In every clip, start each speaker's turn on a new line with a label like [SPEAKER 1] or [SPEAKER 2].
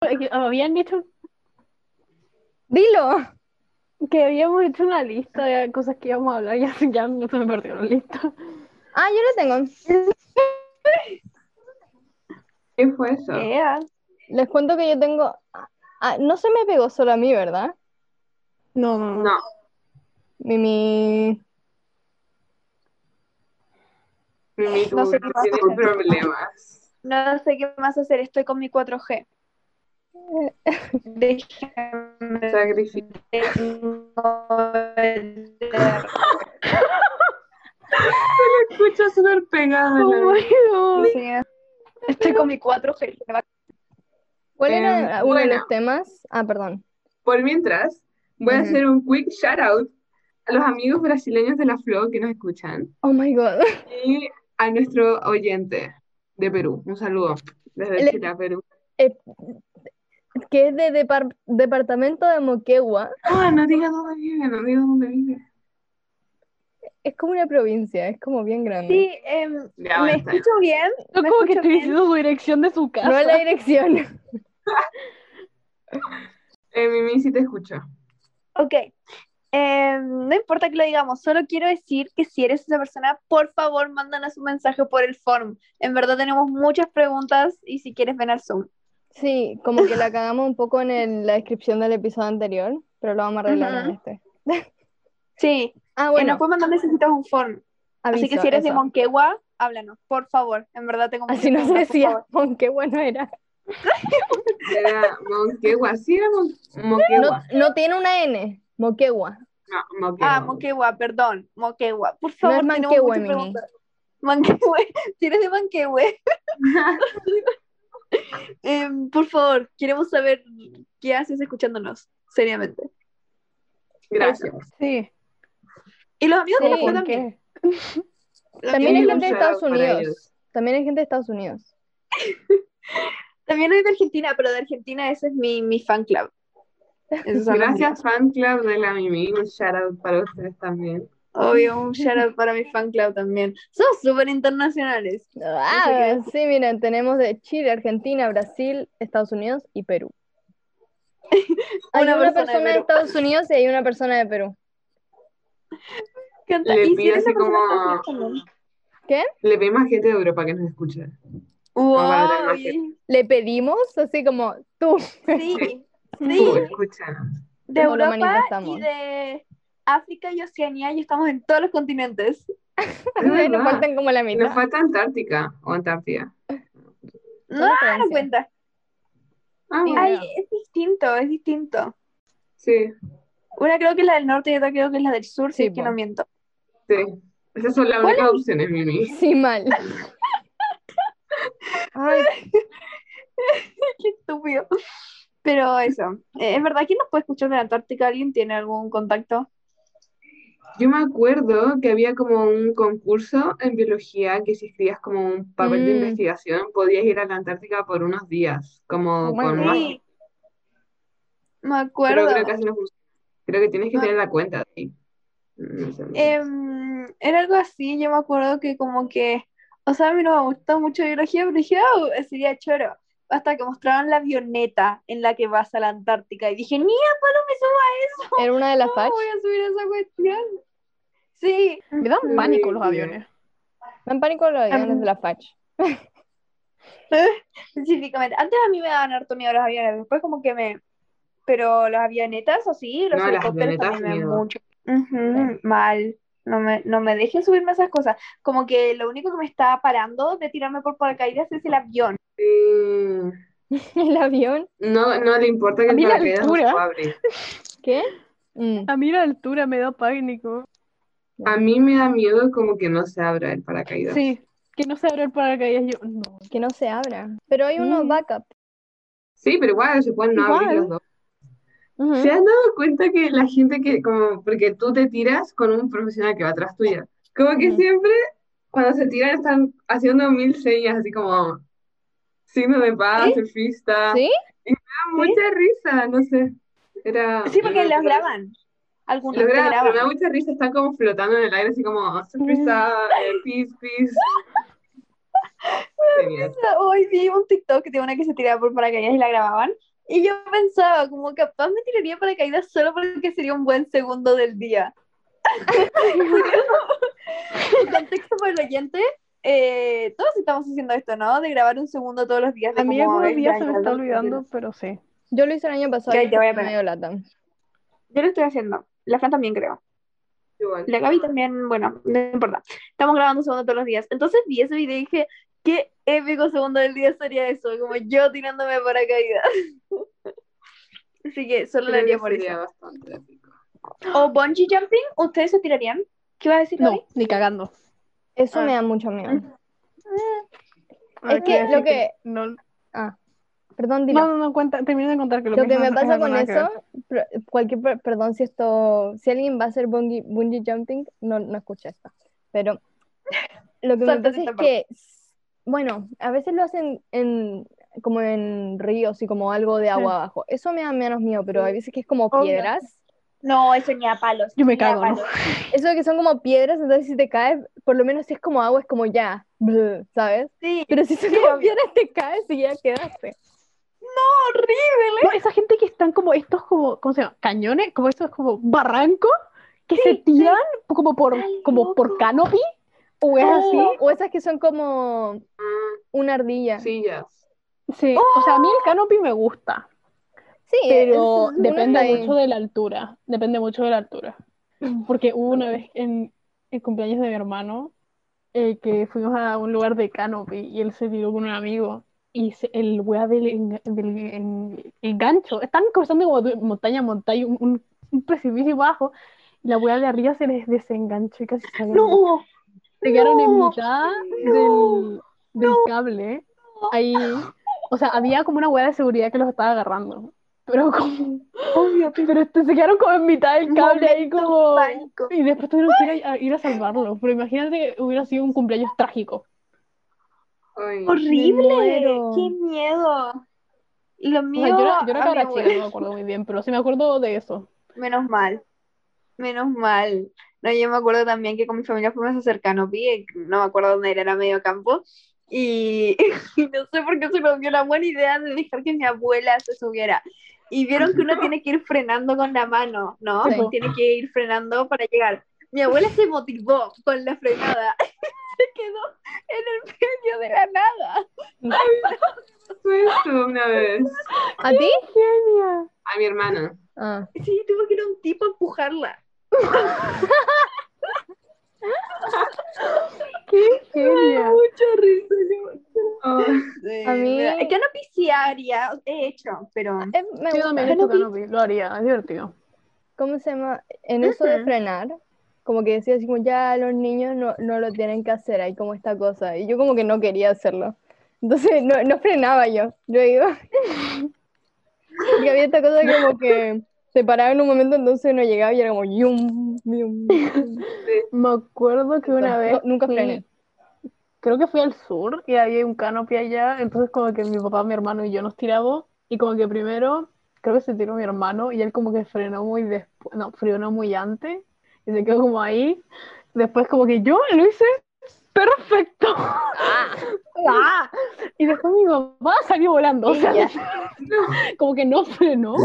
[SPEAKER 1] que habían dicho
[SPEAKER 2] Dilo.
[SPEAKER 1] que habíamos hecho una lista de cosas que íbamos a hablar y ya, ya no se me perdió la lista.
[SPEAKER 2] Ah, yo lo tengo.
[SPEAKER 3] ¿Qué fue eso?
[SPEAKER 1] Yeah.
[SPEAKER 2] Les cuento que yo tengo. Ah, no se me pegó solo a mí, ¿verdad?
[SPEAKER 1] No, no, no.
[SPEAKER 3] No,
[SPEAKER 2] Mimi.
[SPEAKER 3] Mimi, tú
[SPEAKER 2] No sé qué
[SPEAKER 3] no
[SPEAKER 2] pasa.
[SPEAKER 3] tienes problemas.
[SPEAKER 4] No sé qué más hacer, estoy con mi 4G. Déjame
[SPEAKER 3] Sacrificio.
[SPEAKER 1] Oh,
[SPEAKER 4] ver.
[SPEAKER 3] Escucha súper pegado. la
[SPEAKER 1] Oh my
[SPEAKER 3] verdad.
[SPEAKER 1] God.
[SPEAKER 4] Estoy con mi 4G. me va-
[SPEAKER 2] ¿Cuál
[SPEAKER 3] Em,
[SPEAKER 2] era uno de
[SPEAKER 3] bueno.
[SPEAKER 2] los temas? Ah, perdón.
[SPEAKER 3] Por mientras, voy a
[SPEAKER 2] Ujú.
[SPEAKER 3] hacer un quick shout out a los amigos brasileños de la Flow que nos escuchan
[SPEAKER 2] Oh my god.
[SPEAKER 3] y a nuestro oyente de Perú. Un saludo desde
[SPEAKER 2] Le-
[SPEAKER 3] Chile a Perú.
[SPEAKER 2] Eh, que es de depar- departamento de Moquegua.
[SPEAKER 3] Ah, no digas dónde vive, no digas dónde vive.
[SPEAKER 2] Es como una provincia, es como bien grande.
[SPEAKER 4] Sí, em,
[SPEAKER 3] Ya,
[SPEAKER 4] ¿me
[SPEAKER 3] basta.
[SPEAKER 4] escucho bien?
[SPEAKER 1] Yo
[SPEAKER 4] ¿Me
[SPEAKER 1] como que
[SPEAKER 4] escucho
[SPEAKER 1] estoy
[SPEAKER 4] bien?
[SPEAKER 1] diciendo su dirección de su casa.
[SPEAKER 2] No es la dirección.
[SPEAKER 3] Eh, Mimi, sí te escucho.
[SPEAKER 4] Ok. Em, no importa que lo digamos, solo quiero decir que si eres esa persona, por favor, mándanos un mensaje por el form. En verdad tenemos muchas preguntas y si quieres ven al Zoom.
[SPEAKER 2] Sí, como que la cagamos un poco en el- la descripción del episodio anterior, pero lo vamos a arreglar en
[SPEAKER 4] Ujú.
[SPEAKER 2] este.
[SPEAKER 4] Sí,
[SPEAKER 2] Ah,
[SPEAKER 4] bueno,
[SPEAKER 2] bueno,
[SPEAKER 4] nos puedes mandar necesitas un form. Así que
[SPEAKER 2] aviso,
[SPEAKER 4] si eres de
[SPEAKER 2] eso.
[SPEAKER 4] Monquegua, háblanos, por favor. En verdad tengo muchas
[SPEAKER 2] Así no se
[SPEAKER 4] preguntas, por
[SPEAKER 2] decía,
[SPEAKER 4] favor.
[SPEAKER 2] aunque bueno era.
[SPEAKER 3] Era Moquegua, sí era Mon- Moquegua.
[SPEAKER 2] No, no tiene una N, Moquegua.
[SPEAKER 3] No, Moquegua.
[SPEAKER 4] Ah, Moquegua, perdón, Moquegua. Por
[SPEAKER 2] No es
[SPEAKER 4] favor, tenemos
[SPEAKER 2] Manquehue,
[SPEAKER 4] muchas
[SPEAKER 2] Mimi.
[SPEAKER 4] preguntas. Manquehue, si eres de Manquehue, em, por favor, queremos saber qué haces escuchándonos, seriamente.
[SPEAKER 3] Gracias.
[SPEAKER 1] Sí.
[SPEAKER 4] Y los amigos de
[SPEAKER 2] Sí,
[SPEAKER 4] la Flor
[SPEAKER 1] ¿Por
[SPEAKER 4] también.
[SPEAKER 1] qué?
[SPEAKER 4] Los
[SPEAKER 2] También hay
[SPEAKER 4] amigos de la
[SPEAKER 2] gente de
[SPEAKER 3] Shout out
[SPEAKER 2] Estados
[SPEAKER 3] para
[SPEAKER 2] Unidos. También hay gente de Estados Unidos.
[SPEAKER 4] También hay de Argentina, pero de Argentina ese es mi, mi fan club. Esos son los míos.
[SPEAKER 3] Gracias, fan club de la Mimi. Un shout out para ustedes también.
[SPEAKER 4] Obvio, un shout out para mi fan club también. Somos súper internacionales.
[SPEAKER 2] Ah,
[SPEAKER 4] Eso
[SPEAKER 2] sí, miren, tenemos de Chile, Argentina, Brasil, Estados Unidos y Perú. Hay
[SPEAKER 4] Una
[SPEAKER 2] una
[SPEAKER 4] persona de
[SPEAKER 2] persona, de,
[SPEAKER 4] Perú.
[SPEAKER 2] Estados Unidos y hay una persona de Perú.
[SPEAKER 4] Me encanta.
[SPEAKER 3] Le
[SPEAKER 4] Y si
[SPEAKER 3] pido
[SPEAKER 4] eres
[SPEAKER 3] así
[SPEAKER 4] una persona
[SPEAKER 3] como-
[SPEAKER 4] de Estados Unidos
[SPEAKER 3] Le pedí más gente de Europa que nos escuche.
[SPEAKER 4] también.
[SPEAKER 3] Para tener
[SPEAKER 2] Le pedimos, así como tú.
[SPEAKER 4] Wow, sí,
[SPEAKER 3] Tú,
[SPEAKER 4] sí.
[SPEAKER 3] escúchanos.
[SPEAKER 4] De
[SPEAKER 2] Como lo
[SPEAKER 4] Europa y
[SPEAKER 2] manifestamos.
[SPEAKER 4] de África y Oceanía y estamos en todos los continentes. pues,
[SPEAKER 3] Es verdad.
[SPEAKER 2] Nos faltan como la
[SPEAKER 3] Y Nos
[SPEAKER 2] mitad.
[SPEAKER 3] falta Antártica o Antártida.
[SPEAKER 4] No,
[SPEAKER 2] Francia.
[SPEAKER 4] no cuenta.
[SPEAKER 3] Ah, bueno,
[SPEAKER 4] Ay, es distinto, es distinto.
[SPEAKER 3] sí,
[SPEAKER 4] Una creo que es la del norte y otra creo que es la del sur, si
[SPEAKER 2] Sí,
[SPEAKER 4] es que
[SPEAKER 2] po.
[SPEAKER 4] no miento.
[SPEAKER 3] sí. Esas son las
[SPEAKER 4] ¿Cuál
[SPEAKER 3] únicas opciones, Mimi.
[SPEAKER 2] Sí, mal. Ay,
[SPEAKER 4] Qué estúpido. Pero eso, eh, es verdad, ¿quién nos puede escuchar de la Antártica? ¿Alguien tiene algún contacto?
[SPEAKER 3] Yo me acuerdo que había como un concurso en biología que si escribías como un papel de
[SPEAKER 2] Mm.
[SPEAKER 3] investigación podías ir a la Antártica por unos días, como
[SPEAKER 2] Oh my
[SPEAKER 3] con
[SPEAKER 2] God.
[SPEAKER 3] más.
[SPEAKER 4] Sí, me
[SPEAKER 3] Pero
[SPEAKER 4] acuerdo.
[SPEAKER 3] creo que así no funciona. Creo que tienes que
[SPEAKER 4] Ah.
[SPEAKER 3] tener la cuenta. sí. Mm, No sé.
[SPEAKER 4] Em, era algo así, yo me acuerdo que como que, o sea, a mí no me gustó mucho biología, pero dije, oh, sería choro. Hasta que mostraron la avioneta en la que vas a la Antártica y dije, ni a palo me subo a eso,
[SPEAKER 2] era una de las
[SPEAKER 4] no
[SPEAKER 2] fach.
[SPEAKER 4] voy a subir a esa cuestión. Sí,
[SPEAKER 1] Me dan
[SPEAKER 3] Sí,
[SPEAKER 1] pánico los
[SPEAKER 3] sí.
[SPEAKER 1] aviones.
[SPEAKER 2] Me dan pánico los aviones
[SPEAKER 4] Am-
[SPEAKER 2] de la fach.
[SPEAKER 4] específicamente. Antes a mí me daban harto miedo los aviones, después como que me... Pero las avionetas, o sí, los
[SPEAKER 3] No, las
[SPEAKER 4] helicópteros
[SPEAKER 3] avionetas
[SPEAKER 4] también me dan
[SPEAKER 3] miedo.
[SPEAKER 4] mucho. Ujú, Mal. No me, no me dejen subirme a esas cosas. Como que lo único que me estaba parando de tirarme por paracaídas es el avión.
[SPEAKER 3] Sí.
[SPEAKER 2] El avión,
[SPEAKER 3] No, no le importa que
[SPEAKER 1] A
[SPEAKER 3] el
[SPEAKER 1] mí la
[SPEAKER 3] paracaídas no se
[SPEAKER 1] altura.
[SPEAKER 3] abre.
[SPEAKER 2] ¿qué? Mm,
[SPEAKER 1] A mí la altura me da pánico.
[SPEAKER 3] A mí me da miedo como que no se abra el paracaídas.
[SPEAKER 1] Sí. Que no se abre el paracaídas yo. No.
[SPEAKER 2] que no se abra. Pero hay unos
[SPEAKER 1] Mm.
[SPEAKER 2] backup.
[SPEAKER 3] Sí, pero igual se pueden no abrir
[SPEAKER 1] Igual.
[SPEAKER 3] los dos.
[SPEAKER 2] Ujú.
[SPEAKER 3] ¿Se han dado cuenta que la gente que, como, porque tú te tiras con un profesional que va atrás tuya? Como que
[SPEAKER 2] Ujú.
[SPEAKER 3] siempre cuando se tiran están haciendo mil señas, así como signo de paz, surfista.
[SPEAKER 2] ¿Sí?
[SPEAKER 3] Me da mucha risa, no sé. Era,
[SPEAKER 4] Sí, porque
[SPEAKER 3] era-
[SPEAKER 4] los graban. Algunos
[SPEAKER 3] Los
[SPEAKER 4] te
[SPEAKER 3] graban, pero
[SPEAKER 4] graban.
[SPEAKER 3] me da mucha risa, están como flotando en el aire, así como surfista, eh, peace, peace. Genial.
[SPEAKER 4] Hoy vi un TikTok de una que se tiraba por paracaídas y la grababan. Y yo pensaba, como capaz me tiraría paracaídas solo porque sería un buen segundo del día. Contexto para el oyente, eh, todos estamos haciendo esto, ¿no? De grabar un segundo todos los días. de
[SPEAKER 1] A mí
[SPEAKER 4] como
[SPEAKER 1] algunos
[SPEAKER 4] es
[SPEAKER 1] días
[SPEAKER 4] la-
[SPEAKER 1] se me está olvidando, pero sí.
[SPEAKER 2] Yo lo hice el año pasado.
[SPEAKER 4] Ya,
[SPEAKER 2] y
[SPEAKER 4] te voy a
[SPEAKER 2] me
[SPEAKER 4] pegar.
[SPEAKER 2] dio lata.
[SPEAKER 4] Yo lo estoy haciendo. La Fran también creo.
[SPEAKER 3] Igual.
[SPEAKER 4] La Gaby también, bueno, no importa. Estamos grabando un segundo todos los días. Entonces vi ese video y dije, qué épico segundo del día sería eso, como yo tirándome paracaídas. Así que solo lo
[SPEAKER 3] Creo que
[SPEAKER 4] haría por
[SPEAKER 3] sería
[SPEAKER 4] eso.
[SPEAKER 3] bastante épico.
[SPEAKER 4] ¿O bungee jumping? ¿Ustedes se tirarían? ¿Qué va a decir Gaby?
[SPEAKER 1] No, ni cagando.
[SPEAKER 2] Eso
[SPEAKER 4] Ah.
[SPEAKER 2] me da mucho
[SPEAKER 1] Mm.
[SPEAKER 2] miedo. Mm.
[SPEAKER 1] A ver,
[SPEAKER 2] que
[SPEAKER 1] quiero
[SPEAKER 2] lo
[SPEAKER 1] decir
[SPEAKER 2] que- Ah,
[SPEAKER 1] No, no,
[SPEAKER 2] Perdón, dilo.
[SPEAKER 1] no, no, cuenta, termina de contar que lo,
[SPEAKER 2] Lo que
[SPEAKER 1] mío
[SPEAKER 2] me
[SPEAKER 1] no-
[SPEAKER 2] pasa
[SPEAKER 1] no
[SPEAKER 2] con
[SPEAKER 1] nada que ver.
[SPEAKER 2] eso, per- cualquier, per- perdón si esto, si alguien va a hacer bungee, bungee jumping, no, no escucha esto, pero lo que me
[SPEAKER 4] Salta
[SPEAKER 2] pasa
[SPEAKER 4] esta
[SPEAKER 2] es que, bueno, a veces lo hacen en, como en ríos y como algo de agua abajo, eso me da menos miedo, pero hay veces que es como
[SPEAKER 1] Obvio.
[SPEAKER 2] piedras,
[SPEAKER 4] No, eso ni a palos.
[SPEAKER 1] Yo me
[SPEAKER 4] ni a
[SPEAKER 1] cago, ¿no?
[SPEAKER 4] palos.
[SPEAKER 2] eso de que son como piedras, entonces si te caes, por lo menos si es como agua, es como ya, bleh, ¿sabes?
[SPEAKER 4] Sí,
[SPEAKER 2] Pero si son como piedras, te caes y ya quedaste.
[SPEAKER 4] horrible.
[SPEAKER 1] No, esa gente que están como estos como, ¿cómo se llama? Cañones, como estos como barrancos que se tiran como por
[SPEAKER 4] Ay,
[SPEAKER 1] como por
[SPEAKER 4] loco.
[SPEAKER 1] canopy o es así.
[SPEAKER 2] O esas que son como
[SPEAKER 3] Mm,
[SPEAKER 2] una ardilla.
[SPEAKER 3] sillas.
[SPEAKER 1] Sí, o sea, a
[SPEAKER 4] ¡Oh!
[SPEAKER 1] mí el canopy me gusta,
[SPEAKER 2] Sí,
[SPEAKER 1] pero
[SPEAKER 2] es- uno
[SPEAKER 1] depende
[SPEAKER 2] está ahí.
[SPEAKER 1] mucho de la altura, depende mucho de la altura. Porque hubo una vez en el cumpleaños de mi hermano eh, que fuimos a un lugar de canopy y él se tiró con un amigo y se- el weá del, enga- del en- engancho, están cruzando como de montaña a montaña, un, un- un precipicio bajo, y la weá de arriba se les desenganchó y casi se habían-
[SPEAKER 4] No,
[SPEAKER 1] se quedaron en
[SPEAKER 4] no,
[SPEAKER 1] mitad del,
[SPEAKER 4] no,
[SPEAKER 1] del cable. Ahí, o sea, había como una weá de seguridad que los estaba agarrando. Pero como,
[SPEAKER 4] obvio,
[SPEAKER 1] pero este- se quedaron como en mitad del cable ahí
[SPEAKER 4] Momento
[SPEAKER 1] como...
[SPEAKER 4] pánico.
[SPEAKER 1] Y después tuvieron que ir a, a- ir a salvarlo. Pero imagínate que hubiera sido un cumpleaños trágico.
[SPEAKER 3] Ay,
[SPEAKER 2] Me
[SPEAKER 4] Horrible,
[SPEAKER 2] muero.
[SPEAKER 4] qué miedo. Lo
[SPEAKER 1] O sea,
[SPEAKER 4] mío,
[SPEAKER 1] yo era, yo era
[SPEAKER 4] a mí
[SPEAKER 1] cabra
[SPEAKER 4] me
[SPEAKER 1] chica,
[SPEAKER 4] vuelve-
[SPEAKER 1] no me acuerdo muy bien, pero sí me acuerdo de eso.
[SPEAKER 4] menos mal, menos mal. No, yo me acuerdo también que con mi familia fuimos a hacer canopy, eh, no me acuerdo dónde era, era medio campo, y, y no sé por qué se nos dio la buena idea de dejar que mi abuela se subiera. Y vieron que uno tiene que ir frenando con la mano, ¿no?
[SPEAKER 2] Sí.
[SPEAKER 4] Tiene que ir frenando para llegar. Mi abuela se motivó con la frenada. se quedó en el medio de la nada.
[SPEAKER 3] pasó esto una vez.
[SPEAKER 2] ¿A ti?
[SPEAKER 1] Genia.
[SPEAKER 3] A mi hermana.
[SPEAKER 2] Ah.
[SPEAKER 4] Sí, tuvo que ir un tipo a empujarla.
[SPEAKER 1] Qué genia.
[SPEAKER 4] Mucha risa. yo-
[SPEAKER 3] Ay,
[SPEAKER 2] A mí-
[SPEAKER 4] me da- Canopy sí haría, he Eh, hecho, pero...
[SPEAKER 2] Eh, me
[SPEAKER 1] Yo
[SPEAKER 2] gusta.
[SPEAKER 1] también he hecho canopy, lo haría, es divertido.
[SPEAKER 2] ¿Cómo se llama? En eso de
[SPEAKER 4] Ujú.
[SPEAKER 2] frenar, como que decía así como, ya los niños no, no lo tienen que hacer, hay como esta cosa. Y yo como que no quería hacerlo. Entonces no, no frenaba yo, yo iba. Porque había esta cosa que como que se paraba en un momento, entonces uno llegaba y era como, yum, yum. yum.
[SPEAKER 1] Me acuerdo que una
[SPEAKER 2] No,
[SPEAKER 1] vez.
[SPEAKER 2] nunca
[SPEAKER 1] fui-
[SPEAKER 2] frené.
[SPEAKER 1] Creo que fui al sur y había un canopy allá. Entonces, como que mi papá, mi hermano y yo nos tiramos. Y como que primero, creo que se tiró mi hermano y él como que frenó muy después. No, frenó muy antes. Y se quedó como ahí. Después, como que yo lo hice perfecto. Ah. Y después mi mamá salió volando. O sea,
[SPEAKER 2] Ya.
[SPEAKER 1] como que no frenó.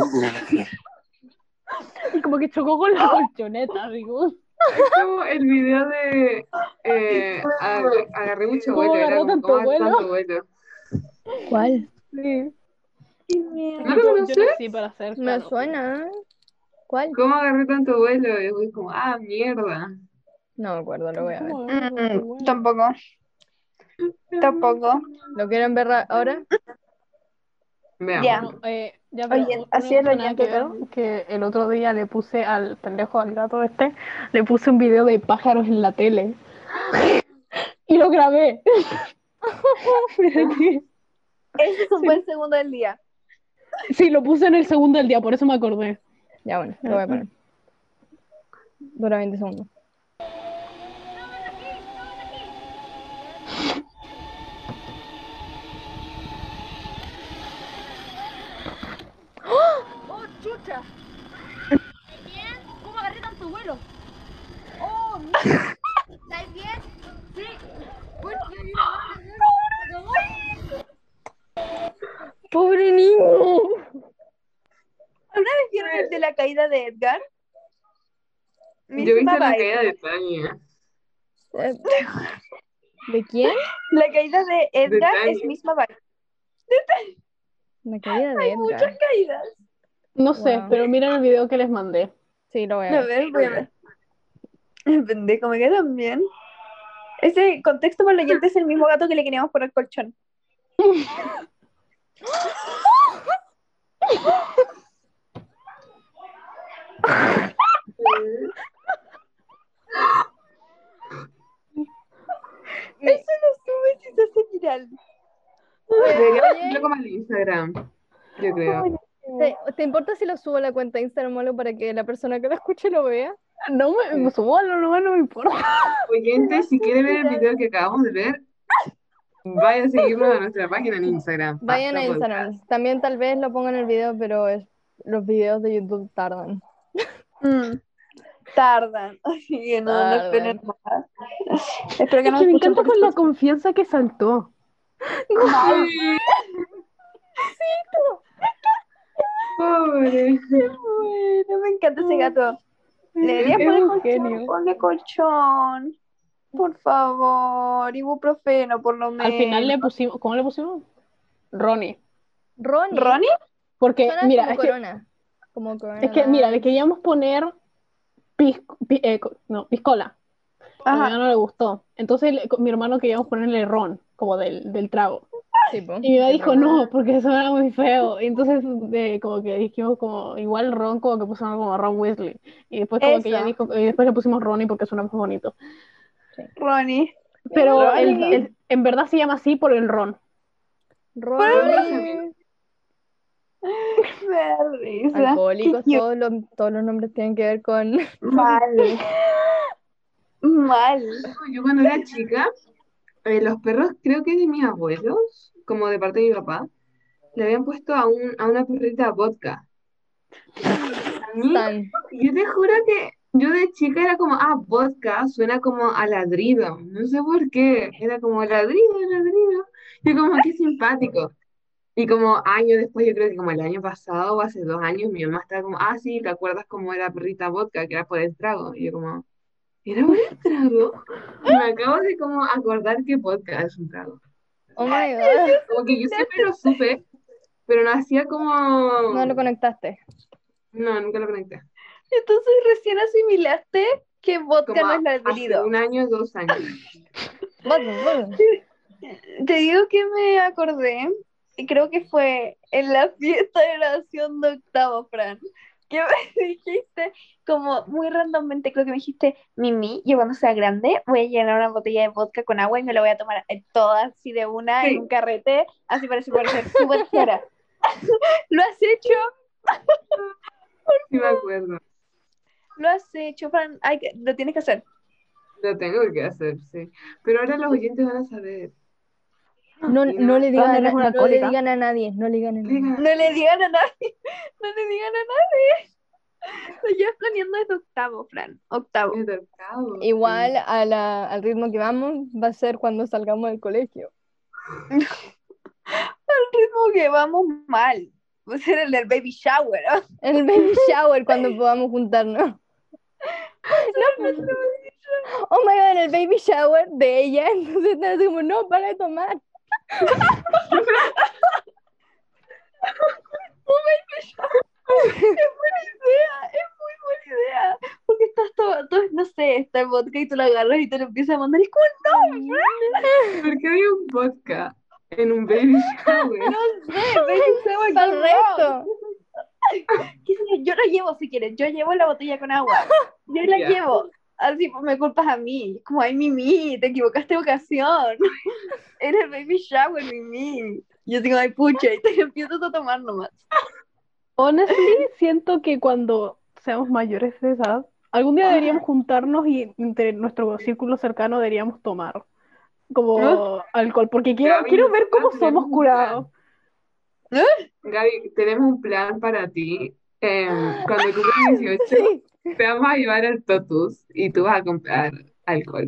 [SPEAKER 1] Y como que chocó con la colchoneta, digo.
[SPEAKER 3] es como el video de eh, ag- agarré mucho
[SPEAKER 1] ¿Cómo
[SPEAKER 3] vuelo, era
[SPEAKER 1] agarró
[SPEAKER 3] como,
[SPEAKER 1] tanto
[SPEAKER 3] ¿cómo agarré
[SPEAKER 1] vuelo?
[SPEAKER 3] tanto vuelo?
[SPEAKER 2] ¿Cuál?
[SPEAKER 1] Sí.
[SPEAKER 4] Qué miedo.
[SPEAKER 3] ¿No lo
[SPEAKER 1] Yo- yo
[SPEAKER 3] conoces?
[SPEAKER 1] nací para hacer
[SPEAKER 2] Ah, Me
[SPEAKER 1] canopy.
[SPEAKER 2] suena. ¿Cuál?
[SPEAKER 3] ¿Cómo agarré tanto vuelo? Y fue como, ah, mierda.
[SPEAKER 2] No me acuerdo, lo voy a ver.
[SPEAKER 4] Mm, tampoco. Tampoco.
[SPEAKER 2] ¿Lo quieren ver ra- ahora?
[SPEAKER 3] Veamos.
[SPEAKER 4] Ya.
[SPEAKER 1] No, eh, ya,
[SPEAKER 4] Oye,
[SPEAKER 1] pero
[SPEAKER 4] así es
[SPEAKER 1] una
[SPEAKER 4] lo
[SPEAKER 1] cosa nada que
[SPEAKER 4] que-
[SPEAKER 1] ver, que el otro día le puse al pendejo, al gato este, le puse un video de pájaros en la tele. y lo grabé. Mira que-
[SPEAKER 4] Ese es un buen segundo del día.
[SPEAKER 1] sí, lo puse en el segundo del día, por eso me acordé.
[SPEAKER 2] Ya bueno, lo voy a poner. Dura 20 segundos.
[SPEAKER 5] ¡Oh, chucha! ¿Estáis bien? ¿Cómo agarré tanto vuelo? ¡Oh, mierda! ¿Estáis bien? Sí. Bueno, yo vi una mano, se acabó.
[SPEAKER 2] ¡Pobre niño!
[SPEAKER 4] de Edgar? Mi
[SPEAKER 3] Yo viste
[SPEAKER 4] papá,
[SPEAKER 3] la caída de Tania.
[SPEAKER 2] Eh, ¿De quién?
[SPEAKER 4] la caída de Edgar
[SPEAKER 3] Tania.
[SPEAKER 4] es misma vibe.
[SPEAKER 2] La caída de
[SPEAKER 4] Hay
[SPEAKER 2] Edgar.
[SPEAKER 4] muchas caídas.
[SPEAKER 1] No sé,
[SPEAKER 2] Wow.
[SPEAKER 1] pero miren el video que les mandé.
[SPEAKER 2] Sí, lo voy a
[SPEAKER 4] A
[SPEAKER 2] ver.
[SPEAKER 4] ver, voy a ver. El pendejo me queda bien. Ese contexto para el oyente es el mismo gato que le queríamos poner colchón. Eso lo sube si se hace viral.
[SPEAKER 3] Debería hacerlo como el Instagram. Yo creo.
[SPEAKER 2] ¿Te, te importa si lo subo a la cuenta de Instagram Molo, para que la persona que lo escuche lo vea?
[SPEAKER 1] No me, me subo, no, no, no me importa.
[SPEAKER 3] Oyentes, si quieren ver el video que acabamos de ver, vayan a seguirnos a nuestra página en Instagram.
[SPEAKER 2] Vayan a
[SPEAKER 3] Basta
[SPEAKER 2] Instagram. También tal vez lo pongan en el video, pero es- los videos de YouTube tardan.
[SPEAKER 4] Mm. Tardan. Así que no, no
[SPEAKER 2] Tardan.
[SPEAKER 4] esperen nada. Espero que
[SPEAKER 1] Es
[SPEAKER 4] no
[SPEAKER 1] que me
[SPEAKER 4] escuchen
[SPEAKER 1] encanta
[SPEAKER 4] por
[SPEAKER 1] con la confianza que saltó.
[SPEAKER 3] Podcast. Sí. Pobre.
[SPEAKER 4] Bueno, me encanta ese gato. Le deberías
[SPEAKER 1] Es
[SPEAKER 4] poner
[SPEAKER 1] un
[SPEAKER 4] colchón,
[SPEAKER 1] genio.
[SPEAKER 4] ponle colchón. Por favor, ibuprofeno, por lo menos.
[SPEAKER 1] Al final le pusimos, ¿cómo le pusimos? Ronnie.
[SPEAKER 2] Ronnie.
[SPEAKER 4] ¿Ronnie?
[SPEAKER 1] Porque,
[SPEAKER 2] Suena
[SPEAKER 1] mira,
[SPEAKER 2] como
[SPEAKER 1] es que,
[SPEAKER 2] corona. Como corona.
[SPEAKER 1] es que, mira, le queríamos poner pisco, pi- eh, co- no, piscola. A mi
[SPEAKER 4] Ajá.
[SPEAKER 1] hermano le gustó. Entonces, le- con mi hermano queríamos ponerle ron, como del, del trago.
[SPEAKER 2] Tipo.
[SPEAKER 1] Y mi mamá dijo, no, porque eso era muy feo. Y entonces, de- como que dijimos, como, igual Ron, como que pusieron como Ron Weasley. Y después, como que
[SPEAKER 4] Eso.
[SPEAKER 1] ella dijo, y después le pusimos Ronnie porque suena más bonito.
[SPEAKER 4] Ronnie.
[SPEAKER 1] Pero el-
[SPEAKER 4] Ronnie.
[SPEAKER 1] el- en verdad se llama así por el Ron.
[SPEAKER 2] Ronnie.
[SPEAKER 4] Me da risa.
[SPEAKER 2] Alcohólicos,
[SPEAKER 4] Qué
[SPEAKER 2] todos los, todos los nombres tienen que ver con.
[SPEAKER 4] cute. Mal. Mal.
[SPEAKER 3] Yo cuando era chica, eh, los perros, creo que de mis abuelos, como de parte de mi papá, le habían puesto a, un, a una perrita vodka. A mí,
[SPEAKER 2] Stan.
[SPEAKER 3] yo te juro que yo de chica era como, ah, vodka suena como a ladrido. No sé por qué. Era como ladrido, ladrido. Yo como, qué simpático. Y como años después, yo creo que como el año pasado o hace dos años, mi mamá estaba como, ah, sí, ¿te acuerdas cómo era perrita vodka? Que era por el trago. Y yo como, ¿era por el trago? Y me acabo de como acordar que vodka es un trago.
[SPEAKER 2] Oh my god.
[SPEAKER 3] Como que yo siempre lo supe, pero no hacía como...
[SPEAKER 2] No lo conectaste.
[SPEAKER 3] No, nunca lo conecté.
[SPEAKER 4] Entonces recién asimilaste que vodka
[SPEAKER 3] Como
[SPEAKER 4] no es
[SPEAKER 3] hace
[SPEAKER 4] ladrido.
[SPEAKER 3] un año, dos años.
[SPEAKER 2] Vodka, vodka.
[SPEAKER 4] Te digo que me acordé, y creo que fue en la fiesta de graduación de octavo, Fran, que me dijiste, como muy randommente, creo que me dijiste, Mimi, yo cuando sea grande voy a llenar una botella de vodka con agua y me la voy a tomar eh, toda así de una
[SPEAKER 3] Sí.
[SPEAKER 4] en un carrete, así parece poder ser súper fuera. Lo has hecho,
[SPEAKER 3] Sí me acuerdo.
[SPEAKER 4] lo has hecho, Fran, Ay, que- lo tienes que hacer.
[SPEAKER 3] Lo tengo que hacer, sí. Pero ahora los oyentes van a saber.
[SPEAKER 2] No,
[SPEAKER 3] Sí,
[SPEAKER 2] no le digan
[SPEAKER 1] Ron,
[SPEAKER 2] a,
[SPEAKER 1] eres
[SPEAKER 2] na-
[SPEAKER 1] una
[SPEAKER 2] no le
[SPEAKER 1] alcohólica.
[SPEAKER 2] digan a nadie. No le digan a nadie.
[SPEAKER 3] Digan,
[SPEAKER 4] No le digan a nadie, no le digan a nadie. Lo llevas planeando desde octavo, Fran, octavo.
[SPEAKER 3] "Es del cabo".
[SPEAKER 2] Igual a la- al ritmo que vamos, va a ser cuando salgamos del colegio.
[SPEAKER 4] el ritmo que vamos mal. Va a ser el del baby shower. ¿no?
[SPEAKER 2] El baby shower, cuando podamos juntarnos. pues, Oh my god, en el baby shower de ella. Entonces estás como, no, para de tomar.
[SPEAKER 4] idea, es muy buena idea. Porque estás todo, todo- no sé, está el vodka y tú lo agarras y te lo empiezas a mandar. Y es como,
[SPEAKER 3] ¿Por qué había un vodka en un baby shower?
[SPEAKER 4] no sé, baby shower.
[SPEAKER 2] Para
[SPEAKER 4] qué
[SPEAKER 2] el resto.
[SPEAKER 4] horror. ¿Qué sé yo? Yo lo llevo si quieres, yo llevo la botella con agua. Yo la
[SPEAKER 3] Ya.
[SPEAKER 4] llevo. Así pues, me culpas a mí. Es Como, ay, Mimi, te equivocaste de ocasión. Era el baby shower, Mimi. Yo digo, ay, pucha, y te empiezas a tomar nomás.
[SPEAKER 1] Honestly, siento que cuando seamos mayores de edad, algún día deberíamos juntarnos y entre nuestro círculo cercano deberíamos tomar como
[SPEAKER 4] ¿Ah?
[SPEAKER 1] alcohol, porque quiero,
[SPEAKER 3] Gaby,
[SPEAKER 1] quiero ver cómo
[SPEAKER 3] nosotras tenemos
[SPEAKER 1] somos
[SPEAKER 3] un
[SPEAKER 1] curados.
[SPEAKER 3] Gaby, tenemos un plan para ti. Eh, cuando cumplas 18,
[SPEAKER 2] Sí.
[SPEAKER 3] te vamos a llevar al Totus y tú vas a comprar alcohol.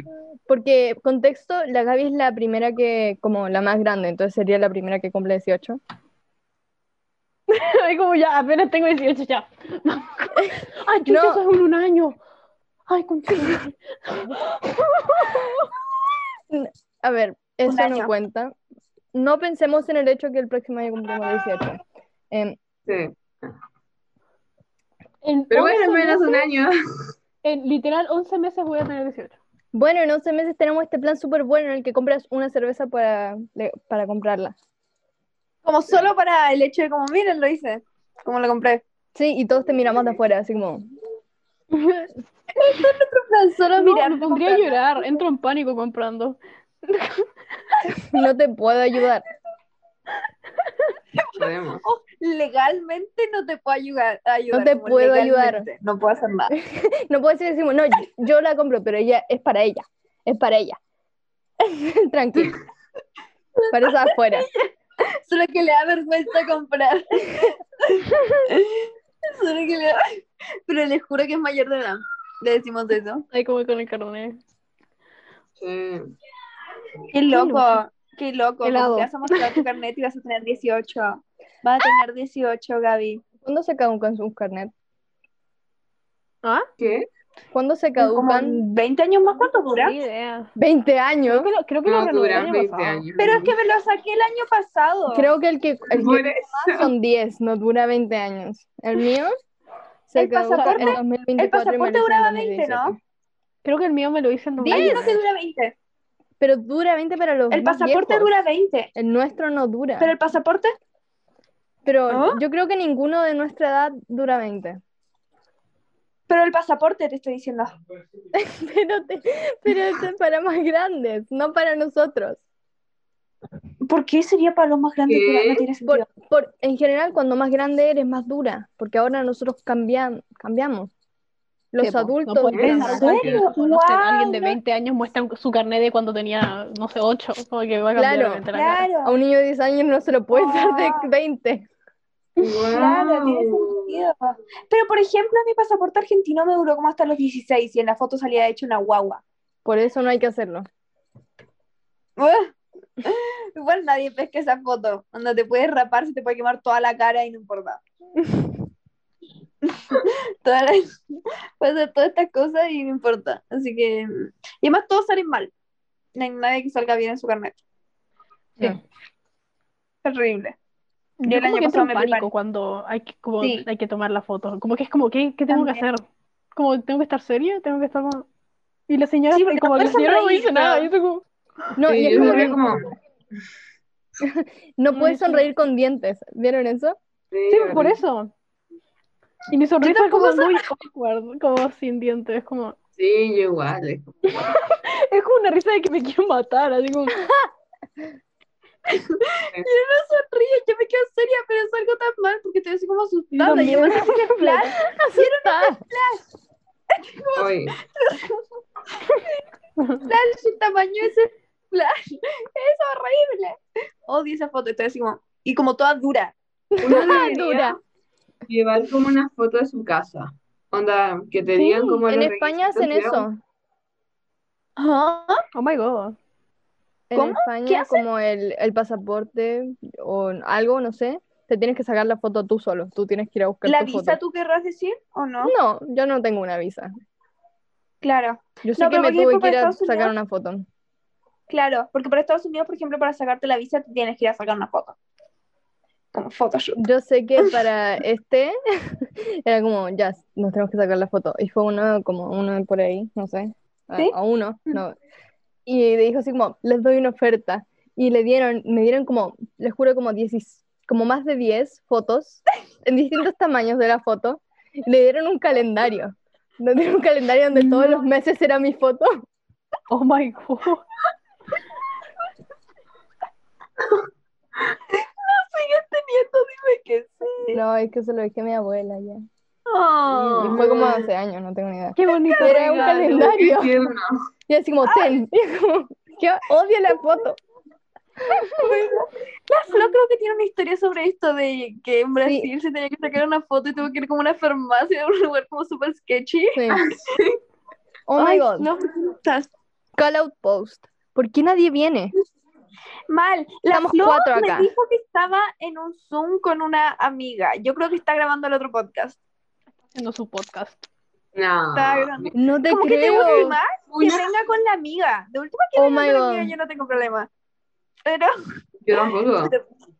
[SPEAKER 2] Porque, contexto, la Gaby es la primera que, como la más grande, entonces sería la primera que cumple 18.
[SPEAKER 1] Ay, como ya, apenas tengo 18 ya. Ay, chucha,
[SPEAKER 2] No.
[SPEAKER 1] eso es en un año. Ay, contigo.
[SPEAKER 2] A ver,
[SPEAKER 4] Un
[SPEAKER 2] eso no
[SPEAKER 4] año.
[SPEAKER 2] cuenta. No pensemos en el hecho que el próximo año cumplimos 18. Em,
[SPEAKER 3] Sí.
[SPEAKER 1] En
[SPEAKER 3] Pero bueno,
[SPEAKER 1] 11
[SPEAKER 3] menos un
[SPEAKER 1] meses-
[SPEAKER 3] año.
[SPEAKER 1] En literal 11 meses voy a tener 18.
[SPEAKER 2] bueno, en 11 meses tenemos este plan súper bueno en el que compras una cerveza para, de- para comprarla.
[SPEAKER 4] Como solo para el hecho de como, miren, lo hice. Como lo compré.
[SPEAKER 2] Sí, y todos te miramos de afuera, así como...
[SPEAKER 4] Solo
[SPEAKER 1] No,
[SPEAKER 4] mirar.
[SPEAKER 1] me pondría a llorar. Entro en pánico comprando.
[SPEAKER 2] No te puedo ayudar.
[SPEAKER 3] Podemos.
[SPEAKER 4] Legalmente no te puedo ayudar. ayudar,
[SPEAKER 2] te
[SPEAKER 4] como
[SPEAKER 2] puedo ayudar.
[SPEAKER 4] legalmente. No puedo hacer nada.
[SPEAKER 2] No puedo decir, decimos, no, yo la compro, pero ella es para ella. Es para ella. Tranquilo. Para esa afuera.
[SPEAKER 4] Solo que le da vergüenza comprar. Solo que le da... Pero les juro que es mayor de edad. Le decimos eso.
[SPEAKER 1] Ahí como con el carnet.
[SPEAKER 3] Sí.
[SPEAKER 4] Qué loco. Qué loco.
[SPEAKER 1] Helado.
[SPEAKER 4] Como Te vas a mostrar tu carnet y vas a tener 18. Vas a tener 18, Gaby.
[SPEAKER 2] ¿Cuándo se caducan sus carnet?
[SPEAKER 1] ¿Ah?
[SPEAKER 3] ¿Qué?
[SPEAKER 2] ¿Cuándo se
[SPEAKER 4] Como
[SPEAKER 2] caducan?
[SPEAKER 4] 20 años más, ¿cuánto dura?
[SPEAKER 1] Ni idea.
[SPEAKER 2] 20 años.
[SPEAKER 1] Creo que lo, creo que lo
[SPEAKER 3] No
[SPEAKER 1] renové el
[SPEAKER 3] duran
[SPEAKER 1] año
[SPEAKER 3] 20
[SPEAKER 1] pasado.
[SPEAKER 3] años.
[SPEAKER 4] Pero es que me lo saqué el año pasado.
[SPEAKER 2] Creo que el que, el que
[SPEAKER 3] Por eso.
[SPEAKER 2] más son 10, no dura 20 años. El mío se
[SPEAKER 4] El
[SPEAKER 2] caduca
[SPEAKER 4] pasaporte-
[SPEAKER 2] en 2024 y me
[SPEAKER 4] pasaporte
[SPEAKER 2] lo hicieron en
[SPEAKER 4] duraba 20, ¿no?
[SPEAKER 2] 2018.
[SPEAKER 1] Creo que el mío me lo hice en
[SPEAKER 4] Hay
[SPEAKER 1] 2010.
[SPEAKER 4] uno que dura 20.
[SPEAKER 2] Pero dura 20 para los
[SPEAKER 4] El
[SPEAKER 2] más
[SPEAKER 4] pasaporte
[SPEAKER 2] viejos.
[SPEAKER 4] dura 20.
[SPEAKER 2] El nuestro no dura.
[SPEAKER 4] Pero el pasaporte,
[SPEAKER 2] Pero
[SPEAKER 4] ¿Ah?
[SPEAKER 2] yo creo que ninguno de nuestra edad dura 20.
[SPEAKER 4] pero el pasaporte te estoy diciendo.
[SPEAKER 2] Pero, te- pero esto es para más grandes, no para nosotros.
[SPEAKER 4] ¿Por qué sería para los más grandes?
[SPEAKER 3] ¿Qué?
[SPEAKER 4] que No tiene sentido.
[SPEAKER 2] Por, en general, cuando más grande eres, más dura, porque ahora nosotros cambian, cambiamos. Los
[SPEAKER 1] Sí, po, no
[SPEAKER 2] adultos
[SPEAKER 1] pueden
[SPEAKER 3] ¿En
[SPEAKER 1] dejar
[SPEAKER 3] serio?
[SPEAKER 1] cualquier- como, no sé,
[SPEAKER 4] Guau,
[SPEAKER 1] alguien de
[SPEAKER 4] no.
[SPEAKER 1] 20 años muestra su carnet de cuando tenía, no sé, 8. Como que va a cambiar
[SPEAKER 2] Claro,
[SPEAKER 1] obviamente la cara.
[SPEAKER 2] a
[SPEAKER 4] Claro,
[SPEAKER 2] un niño de 10 años no se lo puedes dar de
[SPEAKER 4] Ah.
[SPEAKER 2] 20.
[SPEAKER 4] claro, tiene
[SPEAKER 3] Guau.
[SPEAKER 4] sentido. Pero por ejemplo, mi pasaporte argentino me duró como hasta los 16 y en la foto salía hecho una guagua.
[SPEAKER 2] Por eso no hay que hacerlo.
[SPEAKER 4] Igual nadie pesca esa foto. Cuando te puedes rapar, se te puede quemar toda la cara y no importa. toda la... Puedes hacer todas estas cosas y no importa. Así que. Y además todos salen mal. No hay nadie que salga bien en su carnet.
[SPEAKER 2] Sí.
[SPEAKER 4] Terrible. Yo
[SPEAKER 1] Yo
[SPEAKER 4] el
[SPEAKER 1] como
[SPEAKER 4] año
[SPEAKER 1] que entro
[SPEAKER 4] pasado
[SPEAKER 1] en
[SPEAKER 4] me
[SPEAKER 1] pánico
[SPEAKER 4] preparé.
[SPEAKER 1] cuando hay que, como,
[SPEAKER 4] Sí.
[SPEAKER 1] hay que tomar la foto. Como que es como, ¿qué, qué tengo que
[SPEAKER 4] También.
[SPEAKER 1] hacer? Como, ¿tengo que estar seria? ¿Tengo que estar como...? Y la señora,
[SPEAKER 4] Sí, porque
[SPEAKER 1] como
[SPEAKER 4] no
[SPEAKER 1] que la
[SPEAKER 4] puedes
[SPEAKER 1] señora no me
[SPEAKER 4] sonreír,
[SPEAKER 1] dice nada.
[SPEAKER 4] pero-
[SPEAKER 1] Yo estoy como,
[SPEAKER 2] No,
[SPEAKER 3] Sí,
[SPEAKER 2] y es
[SPEAKER 3] yo
[SPEAKER 2] como
[SPEAKER 3] sería
[SPEAKER 2] que
[SPEAKER 3] como.
[SPEAKER 2] no puedes
[SPEAKER 1] Ay, sí.
[SPEAKER 2] sonreír con dientes. ¿Vieron eso?
[SPEAKER 1] sí, por eso. Y mi sonrisa es
[SPEAKER 4] tampoco
[SPEAKER 1] como muy awkward, como sin dientes. Es como,
[SPEAKER 3] Sí, yo igual. es como-
[SPEAKER 1] es como una risa de que me quiero matar. Así como,
[SPEAKER 4] No sonríes, yo me quedo seria, pero salgo tan mal porque estoy así como asustada.
[SPEAKER 1] también
[SPEAKER 4] Yo me
[SPEAKER 1] me
[SPEAKER 4] quedé flash.
[SPEAKER 2] Está.
[SPEAKER 3] Oye,
[SPEAKER 4] flash, el tamaño de ese flash. Es horrible. Odio esa foto, estoy así como. Y como toda dura.
[SPEAKER 3] uno debería
[SPEAKER 2] Dura.
[SPEAKER 3] llevar como una foto de su casa. Onda, que te
[SPEAKER 1] Sí,
[SPEAKER 3] digan como
[SPEAKER 2] En
[SPEAKER 3] los
[SPEAKER 2] España hacen
[SPEAKER 3] requisitos,
[SPEAKER 2] eso.
[SPEAKER 1] oh my god.
[SPEAKER 2] En
[SPEAKER 4] ¿Cómo?
[SPEAKER 2] España,
[SPEAKER 4] ¿Qué hacen?
[SPEAKER 2] como el, el pasaporte o algo, no sé, te tienes que sacar la foto tú solo. Tú tienes que ir a buscar
[SPEAKER 4] ¿La
[SPEAKER 2] tu
[SPEAKER 4] visa
[SPEAKER 2] foto.
[SPEAKER 4] tú querrás decir o no?
[SPEAKER 2] No, yo no tengo una visa.
[SPEAKER 4] Claro,
[SPEAKER 2] Yo sí
[SPEAKER 4] No,
[SPEAKER 2] que
[SPEAKER 4] pero
[SPEAKER 2] me
[SPEAKER 4] porque
[SPEAKER 2] tuve
[SPEAKER 4] por
[SPEAKER 2] que ir a
[SPEAKER 4] Estados
[SPEAKER 2] sacar
[SPEAKER 4] Unidos-
[SPEAKER 2] una foto.
[SPEAKER 4] claro. Porque para Estados Unidos, por ejemplo, para sacarte la visa, te tienes que ir a sacar una foto. Como Photoshop.
[SPEAKER 2] Yo sé que para este era como, ya, nos tenemos que sacar la foto. Y fue uno, como uno por ahí, no sé, a,
[SPEAKER 4] ¿Sí? Mm.
[SPEAKER 2] a uno, no. Y le dijo así como, les doy una oferta. Y le dieron, me dieron como, les juro, como 10, como más de 10 fotos, en distintos tamaños de la foto. Y le dieron un calendario. Me dieron un calendario donde todos los meses era mi foto.
[SPEAKER 1] Oh my god.
[SPEAKER 4] Sigues teniendo, dime que sí.
[SPEAKER 2] No, es que se lo dejé a mi abuela ya.
[SPEAKER 4] Oh.
[SPEAKER 2] Y fue como hace años, no tengo ni idea.
[SPEAKER 1] Qué bonito.
[SPEAKER 2] Era un
[SPEAKER 1] regalo.
[SPEAKER 3] Qué
[SPEAKER 2] calendario.
[SPEAKER 3] tierno.
[SPEAKER 2] Y así como, ten. Y es como, que odio la foto.
[SPEAKER 4] La Flo creo que tiene una historia sobre esto de que en Brasil se tenía que sacar una foto y tuvo que ir como a una farmacia a un lugar como súper sketchy.
[SPEAKER 2] Sí. Oh my
[SPEAKER 4] Ah, Ay,
[SPEAKER 2] god.
[SPEAKER 4] No, estás-
[SPEAKER 2] Call out post. ¿Por qué nadie viene?
[SPEAKER 4] Mal. La
[SPEAKER 2] Estamos
[SPEAKER 4] Flo
[SPEAKER 2] cuatro
[SPEAKER 4] me
[SPEAKER 2] acá.
[SPEAKER 4] dijo que estaba en un Zoom con una amiga. Yo creo que está grabando el otro podcast.
[SPEAKER 1] haciendo su podcast.
[SPEAKER 3] No.
[SPEAKER 4] Está grande.
[SPEAKER 2] No te
[SPEAKER 4] Como que de
[SPEAKER 2] creo.
[SPEAKER 4] última que
[SPEAKER 3] Una-
[SPEAKER 4] venga con la amiga. De última que
[SPEAKER 2] Oh
[SPEAKER 4] venga
[SPEAKER 2] my
[SPEAKER 4] con la
[SPEAKER 2] God.
[SPEAKER 4] amiga, yo no tengo problema. Pero
[SPEAKER 3] Yo tampoco.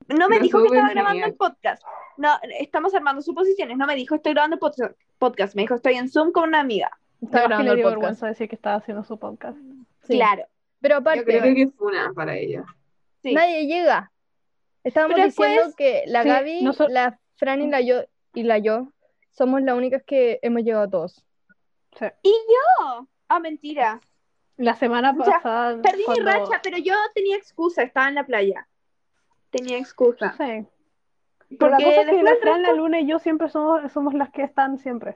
[SPEAKER 4] no me
[SPEAKER 3] No
[SPEAKER 4] dijo
[SPEAKER 3] estuvo
[SPEAKER 4] que estaba
[SPEAKER 3] genial.
[SPEAKER 4] grabando el podcast. No, estamos armando suposiciones. No me dijo estoy grabando el pod- podcast. Me dijo estoy en Zoom con una amiga.
[SPEAKER 2] Está
[SPEAKER 1] Además que
[SPEAKER 2] grabando
[SPEAKER 1] le
[SPEAKER 2] el
[SPEAKER 1] dio
[SPEAKER 2] podcast.
[SPEAKER 1] vergüenza decir que estaba haciendo su podcast.
[SPEAKER 2] Sí.
[SPEAKER 4] Claro.
[SPEAKER 2] Pero
[SPEAKER 3] Yo creo
[SPEAKER 2] aparte,
[SPEAKER 3] que es una para ella.
[SPEAKER 4] sí.
[SPEAKER 2] nadie llega. Estábamos
[SPEAKER 4] Pero
[SPEAKER 2] diciendo
[SPEAKER 4] después-
[SPEAKER 2] que la
[SPEAKER 1] sí,
[SPEAKER 2] Gaby,
[SPEAKER 1] no so-
[SPEAKER 2] la Fran y la yo y la yo somos las únicas que hemos llegado a todos.
[SPEAKER 1] Sí.
[SPEAKER 4] ¿Y yo? Ah, mentira.
[SPEAKER 1] La semana
[SPEAKER 4] Ya,
[SPEAKER 1] pasada.
[SPEAKER 4] Perdí
[SPEAKER 1] cuando-
[SPEAKER 4] mi racha, pero yo tenía excusa, estaba en la playa. Tenía excusa.
[SPEAKER 1] Sí. Porque la
[SPEAKER 4] Porque
[SPEAKER 1] cosa es que
[SPEAKER 4] después
[SPEAKER 1] la
[SPEAKER 4] el
[SPEAKER 1] Fran, la Luna y yo siempre somos, somos las que están siempre.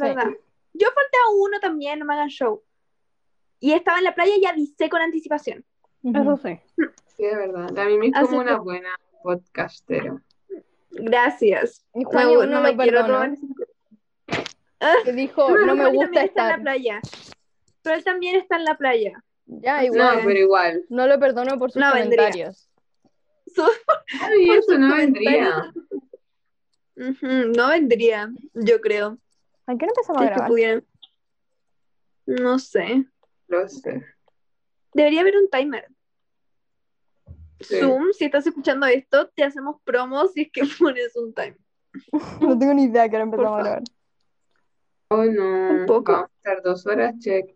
[SPEAKER 2] Sí.
[SPEAKER 4] verdad. Yo falté a uno también, no me hagan show. Y estaba en la playa y avisé con anticipación.
[SPEAKER 1] Eso sí.
[SPEAKER 3] Sí, de verdad. La Mimi es
[SPEAKER 4] Así
[SPEAKER 3] como
[SPEAKER 4] que-
[SPEAKER 3] una buena podcastera.
[SPEAKER 4] Gracias.
[SPEAKER 2] Y
[SPEAKER 4] Me
[SPEAKER 2] Juan
[SPEAKER 4] gu-
[SPEAKER 2] uno
[SPEAKER 4] no
[SPEAKER 2] lo
[SPEAKER 4] me quiero
[SPEAKER 2] perdona,
[SPEAKER 4] tomar ese-
[SPEAKER 2] que dijo,
[SPEAKER 4] Pero
[SPEAKER 2] no me
[SPEAKER 4] Juan
[SPEAKER 2] gusta
[SPEAKER 4] también está en
[SPEAKER 2] estar.
[SPEAKER 4] la playa. Pero él también está en la playa.
[SPEAKER 2] Ya,
[SPEAKER 3] No,
[SPEAKER 2] igual.
[SPEAKER 3] pero igual.
[SPEAKER 2] No lo perdono por sus
[SPEAKER 4] No vendría.
[SPEAKER 2] comentarios.
[SPEAKER 4] Su-
[SPEAKER 3] Ay,
[SPEAKER 4] Por
[SPEAKER 3] eso
[SPEAKER 4] sus
[SPEAKER 3] no
[SPEAKER 4] comentarios.
[SPEAKER 3] vendría.
[SPEAKER 4] Ujú, No vendría, yo creo.
[SPEAKER 2] ¿A qué no empezamos a
[SPEAKER 4] Es que
[SPEAKER 2] grabar?
[SPEAKER 4] pudieran. No sé.
[SPEAKER 3] Lo sé.
[SPEAKER 4] Debería haber un timer.
[SPEAKER 3] Sí.
[SPEAKER 4] Zoom, si estás escuchando esto, te hacemos promos si es que pones un timer.
[SPEAKER 2] No tengo ni idea a qué hora
[SPEAKER 4] Por
[SPEAKER 2] empezamos a grabar.
[SPEAKER 4] favor.
[SPEAKER 3] Oh, no.
[SPEAKER 4] Tampoco.
[SPEAKER 3] Vamos a estar dos horas, check.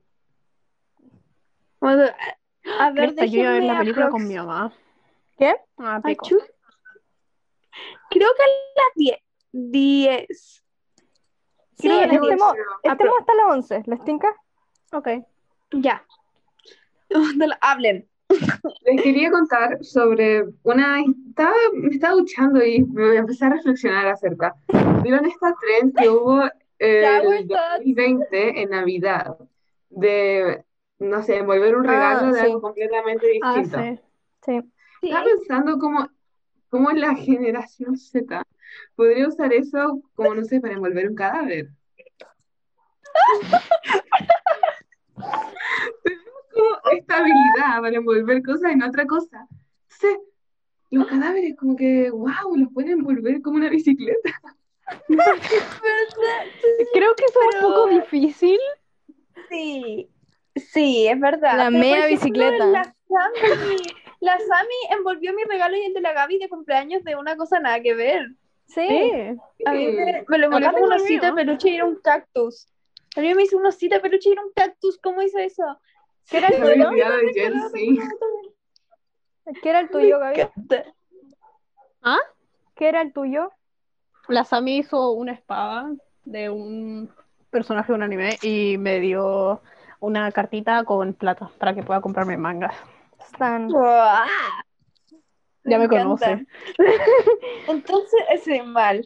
[SPEAKER 4] Vamos a, a ver,
[SPEAKER 1] Cresta, yo iba a ver
[SPEAKER 4] déjenme
[SPEAKER 1] la película
[SPEAKER 4] aprox-
[SPEAKER 1] con mi mamá.
[SPEAKER 2] ¿Qué?
[SPEAKER 1] Ah,
[SPEAKER 4] Ay,
[SPEAKER 1] pico.
[SPEAKER 4] chu- Creo que a las 10. 10.
[SPEAKER 2] Sí,
[SPEAKER 4] Creo que
[SPEAKER 1] este
[SPEAKER 2] estemos,
[SPEAKER 4] tenemos-
[SPEAKER 1] Ah,
[SPEAKER 2] estemos hasta las 11. ¿Les tinca?
[SPEAKER 1] Ok.
[SPEAKER 4] Ya. No la- Hablen.
[SPEAKER 3] Les quería contar sobre una. Estaba, me estaba duchando y me empecé a reflexionar acerca. ¿Vieron esta tren que hubo
[SPEAKER 4] hago
[SPEAKER 3] el
[SPEAKER 4] estas.
[SPEAKER 3] 2020 en Navidad? De, no sé, envolver un
[SPEAKER 2] Ah,
[SPEAKER 3] regalo de
[SPEAKER 2] sí.
[SPEAKER 3] algo completamente
[SPEAKER 1] Ah,
[SPEAKER 3] distinto.
[SPEAKER 1] sí.
[SPEAKER 2] Sí.
[SPEAKER 4] Sí.
[SPEAKER 3] Estaba pensando cómo, cómo la generación Z podría usar eso como, no sé, para envolver un cadáver. Tenemos como esta habilidad para envolver cosas en otra cosa. Entonces, los cadáveres como que, wow, los pueden envolver como una bicicleta.
[SPEAKER 1] Creo que eso es un poco difícil.
[SPEAKER 4] Sí. Sí, es
[SPEAKER 2] La
[SPEAKER 4] verdad. Pero, por
[SPEAKER 2] mea
[SPEAKER 4] ejemplo,
[SPEAKER 2] bicicleta.
[SPEAKER 4] La Sami, la Sami envolvió mi regalo y el de la Gaby de cumpleaños de una cosa nada que ver.
[SPEAKER 2] Sí.
[SPEAKER 1] Sí.
[SPEAKER 4] A mí me, me lo envolvió
[SPEAKER 1] Mm. Acá
[SPEAKER 4] como
[SPEAKER 1] tengo
[SPEAKER 4] una
[SPEAKER 1] el
[SPEAKER 4] cita de
[SPEAKER 1] mío.
[SPEAKER 4] peluche y era un cactus. A mí me hizo una cita de peluche y era un cactus. ¿Cómo hizo eso? ¿Qué era
[SPEAKER 3] La
[SPEAKER 4] el
[SPEAKER 3] habilidad de Gen Z.
[SPEAKER 2] ¿Qué era el tuyo, Gaby?
[SPEAKER 4] color?
[SPEAKER 2] ¿Qué era el tuyo?
[SPEAKER 1] La Sami hizo una espada de un personaje de un anime y me dio una cartita con plata para que pueda comprarme mangas.
[SPEAKER 2] Stan.
[SPEAKER 4] Buah,
[SPEAKER 1] Ya me
[SPEAKER 4] encanta.
[SPEAKER 1] conoce.
[SPEAKER 4] Entonces, ese mal.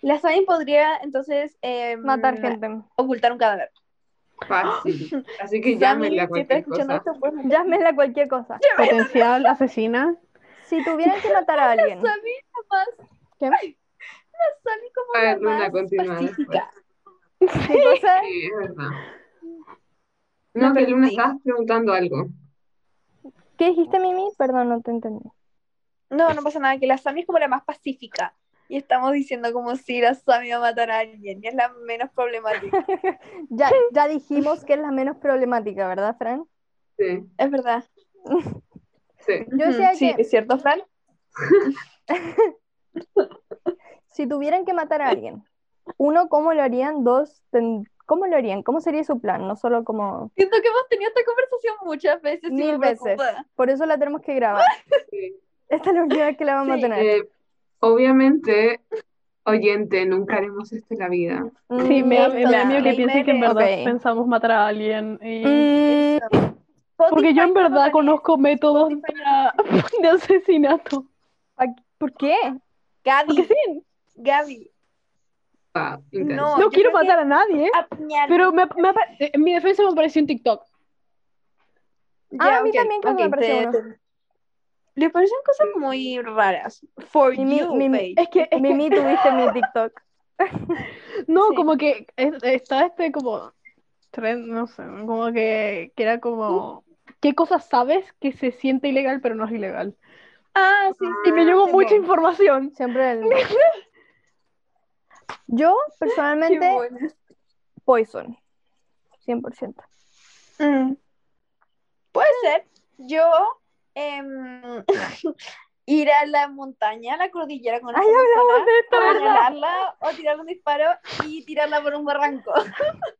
[SPEAKER 4] La Sami podría entonces eh,
[SPEAKER 1] Mm.
[SPEAKER 2] Matar gente.
[SPEAKER 4] ocultar un cadáver.
[SPEAKER 3] Fácil. Así que
[SPEAKER 4] Sami,
[SPEAKER 3] llámenla a
[SPEAKER 4] si estás
[SPEAKER 3] cualquier cosa.
[SPEAKER 4] escuchando esto, pues me
[SPEAKER 2] Llámenla cualquier cosa.
[SPEAKER 1] Potencial asesina.
[SPEAKER 2] Si tuvieran que matar a alguien.
[SPEAKER 4] Sami jamás.
[SPEAKER 2] ¿Qué?
[SPEAKER 4] Ay, La Sami como
[SPEAKER 3] A
[SPEAKER 4] la
[SPEAKER 3] ver, Luna,
[SPEAKER 4] más
[SPEAKER 3] continúa
[SPEAKER 4] pacífica.
[SPEAKER 1] pues.
[SPEAKER 2] ¿Qué cosa?
[SPEAKER 3] Sí, es verdad. No, que
[SPEAKER 4] perdí.
[SPEAKER 3] Luna, estabas preguntando algo.
[SPEAKER 2] ¿Qué dijiste, Mimi? Perdón, no te entendí.
[SPEAKER 4] No, no pasa nada, que la Sami es como la más pacífica. Y estamos diciendo como si la Sami va a matar a alguien, y es la menos problemática.
[SPEAKER 2] Ya, ya dijimos que es la menos problemática, ¿verdad, Fran?
[SPEAKER 3] Sí,
[SPEAKER 4] Es verdad.
[SPEAKER 3] sí.
[SPEAKER 2] Yo
[SPEAKER 4] Ujú,
[SPEAKER 2] decía
[SPEAKER 4] sí,
[SPEAKER 2] que
[SPEAKER 4] ¿es cierto, Fran?
[SPEAKER 2] si tuvieran que matar a alguien, uno, ¿cómo lo harían? Dos, ten- ¿cómo lo harían? ¿Cómo sería su plan? No solo como
[SPEAKER 4] Siento que hemos tenido esta conversación muchas veces. y
[SPEAKER 2] mil
[SPEAKER 4] me
[SPEAKER 2] veces.
[SPEAKER 4] preocupa.
[SPEAKER 2] Por eso la tenemos que grabar.
[SPEAKER 3] sí.
[SPEAKER 2] Esta es la última vez que la vamos
[SPEAKER 4] Sí.
[SPEAKER 2] a tener.
[SPEAKER 3] Eh, obviamente, oyente, nunca haremos esto en la vida.
[SPEAKER 1] Sí,
[SPEAKER 2] Mm,
[SPEAKER 1] me da, me da
[SPEAKER 4] Claro.
[SPEAKER 1] miedo que piense que en
[SPEAKER 2] Ok.
[SPEAKER 1] verdad pensamos matar a alguien. y-
[SPEAKER 2] Mm,
[SPEAKER 1] Porque yo en
[SPEAKER 4] Spotify
[SPEAKER 1] verdad
[SPEAKER 4] no lo
[SPEAKER 1] conozco métodos
[SPEAKER 4] Spotify
[SPEAKER 1] para- de asesinato.
[SPEAKER 2] ¿Por qué?
[SPEAKER 1] Porque
[SPEAKER 4] Gaby,
[SPEAKER 1] sí,
[SPEAKER 4] Gaby,
[SPEAKER 3] Wow, Ah, intenso.
[SPEAKER 4] No,
[SPEAKER 1] no,
[SPEAKER 4] yo
[SPEAKER 1] quiero
[SPEAKER 4] creo que- eh,
[SPEAKER 1] matar a nadie,
[SPEAKER 4] apuñal.
[SPEAKER 1] pero me, me apa- en mi defensa me apareció un TikTok.
[SPEAKER 2] Ah, a mí
[SPEAKER 4] ok,
[SPEAKER 2] también creo que
[SPEAKER 4] ok,
[SPEAKER 2] me pareció
[SPEAKER 4] te- Le parecen cosas muy raras. For
[SPEAKER 2] Y mi-
[SPEAKER 4] you,
[SPEAKER 2] mi-
[SPEAKER 4] page.
[SPEAKER 1] Es que, es
[SPEAKER 2] Mimi, tuviste mi TikTok.
[SPEAKER 1] que- no,
[SPEAKER 4] sí.
[SPEAKER 1] como que
[SPEAKER 4] ¿Mm?
[SPEAKER 1] es- está este como tren, no sé, como que, que era como qué cosas sabes que se siente ilegal pero no es ilegal.
[SPEAKER 4] Ah, sí,
[SPEAKER 1] Y
[SPEAKER 4] sí.
[SPEAKER 1] me llegó
[SPEAKER 4] sí,
[SPEAKER 1] mucha
[SPEAKER 4] po.
[SPEAKER 1] información.
[SPEAKER 2] Siempre el... Yo,
[SPEAKER 4] Qué
[SPEAKER 2] personalmente,
[SPEAKER 4] bueno.
[SPEAKER 2] Poison. 100%.
[SPEAKER 4] Mm. Puede ser. Yo em, ir a la montaña, a la cordillera con
[SPEAKER 2] Ay,
[SPEAKER 4] esta
[SPEAKER 2] hablamos
[SPEAKER 4] persona,
[SPEAKER 2] de esto,
[SPEAKER 4] o
[SPEAKER 2] ¿verdad?
[SPEAKER 4] violarla, o tirar un disparo y tirarla por un barranco.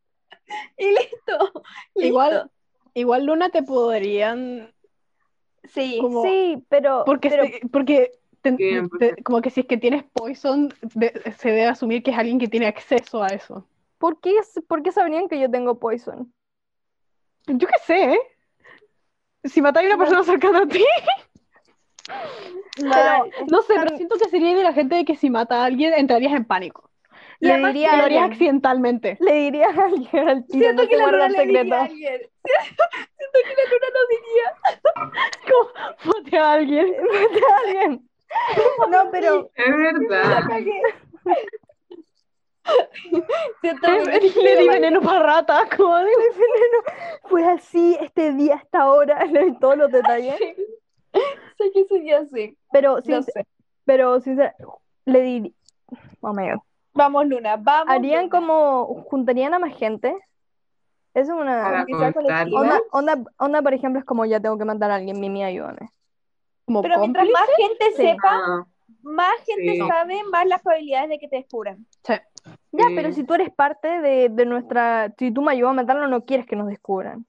[SPEAKER 4] y listo.
[SPEAKER 1] Igual, igual Luna te podrían
[SPEAKER 4] listo. Sí.
[SPEAKER 1] como
[SPEAKER 2] Sí, pero,
[SPEAKER 1] porque
[SPEAKER 2] pero
[SPEAKER 1] si- porque te-
[SPEAKER 3] Bien,
[SPEAKER 1] te-
[SPEAKER 3] perfecto.
[SPEAKER 1] como que si es que tienes poison de- se debe asumir que es alguien que tiene acceso a eso.
[SPEAKER 2] ¿por qué, por qué sabrían que yo tengo Poison?
[SPEAKER 1] Yo qué sé, ¿eh? Si matáis a una persona cercana a ti,
[SPEAKER 4] Mal.
[SPEAKER 1] no sé, pero
[SPEAKER 2] Tan-
[SPEAKER 1] siento que sería de la gente de que si mata a alguien entrarías en pánico. Y
[SPEAKER 2] Le
[SPEAKER 1] además
[SPEAKER 2] diría
[SPEAKER 1] te
[SPEAKER 2] a
[SPEAKER 1] lo harías
[SPEAKER 2] alguien.
[SPEAKER 1] accidentalmente.
[SPEAKER 2] Le diría a alguien al tiro,
[SPEAKER 4] Siento
[SPEAKER 2] no
[SPEAKER 4] que
[SPEAKER 2] se
[SPEAKER 4] la
[SPEAKER 2] guarda
[SPEAKER 4] luna
[SPEAKER 2] el
[SPEAKER 4] le diría a
[SPEAKER 2] secreto.
[SPEAKER 4] alguien. Siento que la luna nos diría.
[SPEAKER 1] Como mate a alguien.
[SPEAKER 2] Alguien. No, pero
[SPEAKER 3] Es verdad.
[SPEAKER 4] La cagué. Siento
[SPEAKER 1] Le,
[SPEAKER 4] que
[SPEAKER 1] le di veneno para rata, como digo.
[SPEAKER 2] fue así este día hasta ahora, en todos los detalles.
[SPEAKER 4] sé que sería así.
[SPEAKER 2] Pero,
[SPEAKER 4] No
[SPEAKER 2] sin-
[SPEAKER 4] sé.
[SPEAKER 2] pero sincera, le diría... Oh my God.
[SPEAKER 4] Vamos, Luna, vamos.
[SPEAKER 2] Harían
[SPEAKER 4] Luna.
[SPEAKER 2] como, juntarían a más gente. Eso es
[SPEAKER 3] Para
[SPEAKER 2] una...
[SPEAKER 4] quizá
[SPEAKER 3] contarlo.
[SPEAKER 4] colectiva.
[SPEAKER 2] Onda, onda, onda, por ejemplo, es como ya tengo que matar a alguien, Mimi, ayúdame.
[SPEAKER 1] Como
[SPEAKER 4] Pero mientras más gente
[SPEAKER 2] Sí.
[SPEAKER 4] sepa,
[SPEAKER 3] Ah,
[SPEAKER 4] más gente
[SPEAKER 3] Sí.
[SPEAKER 4] sabe, más las probabilidades de que te descubran.
[SPEAKER 2] Ya,
[SPEAKER 3] Sí.
[SPEAKER 2] pero si tú eres parte de, de nuestra... Si tú me ayudas a matarlo, no quieres que nos descubran.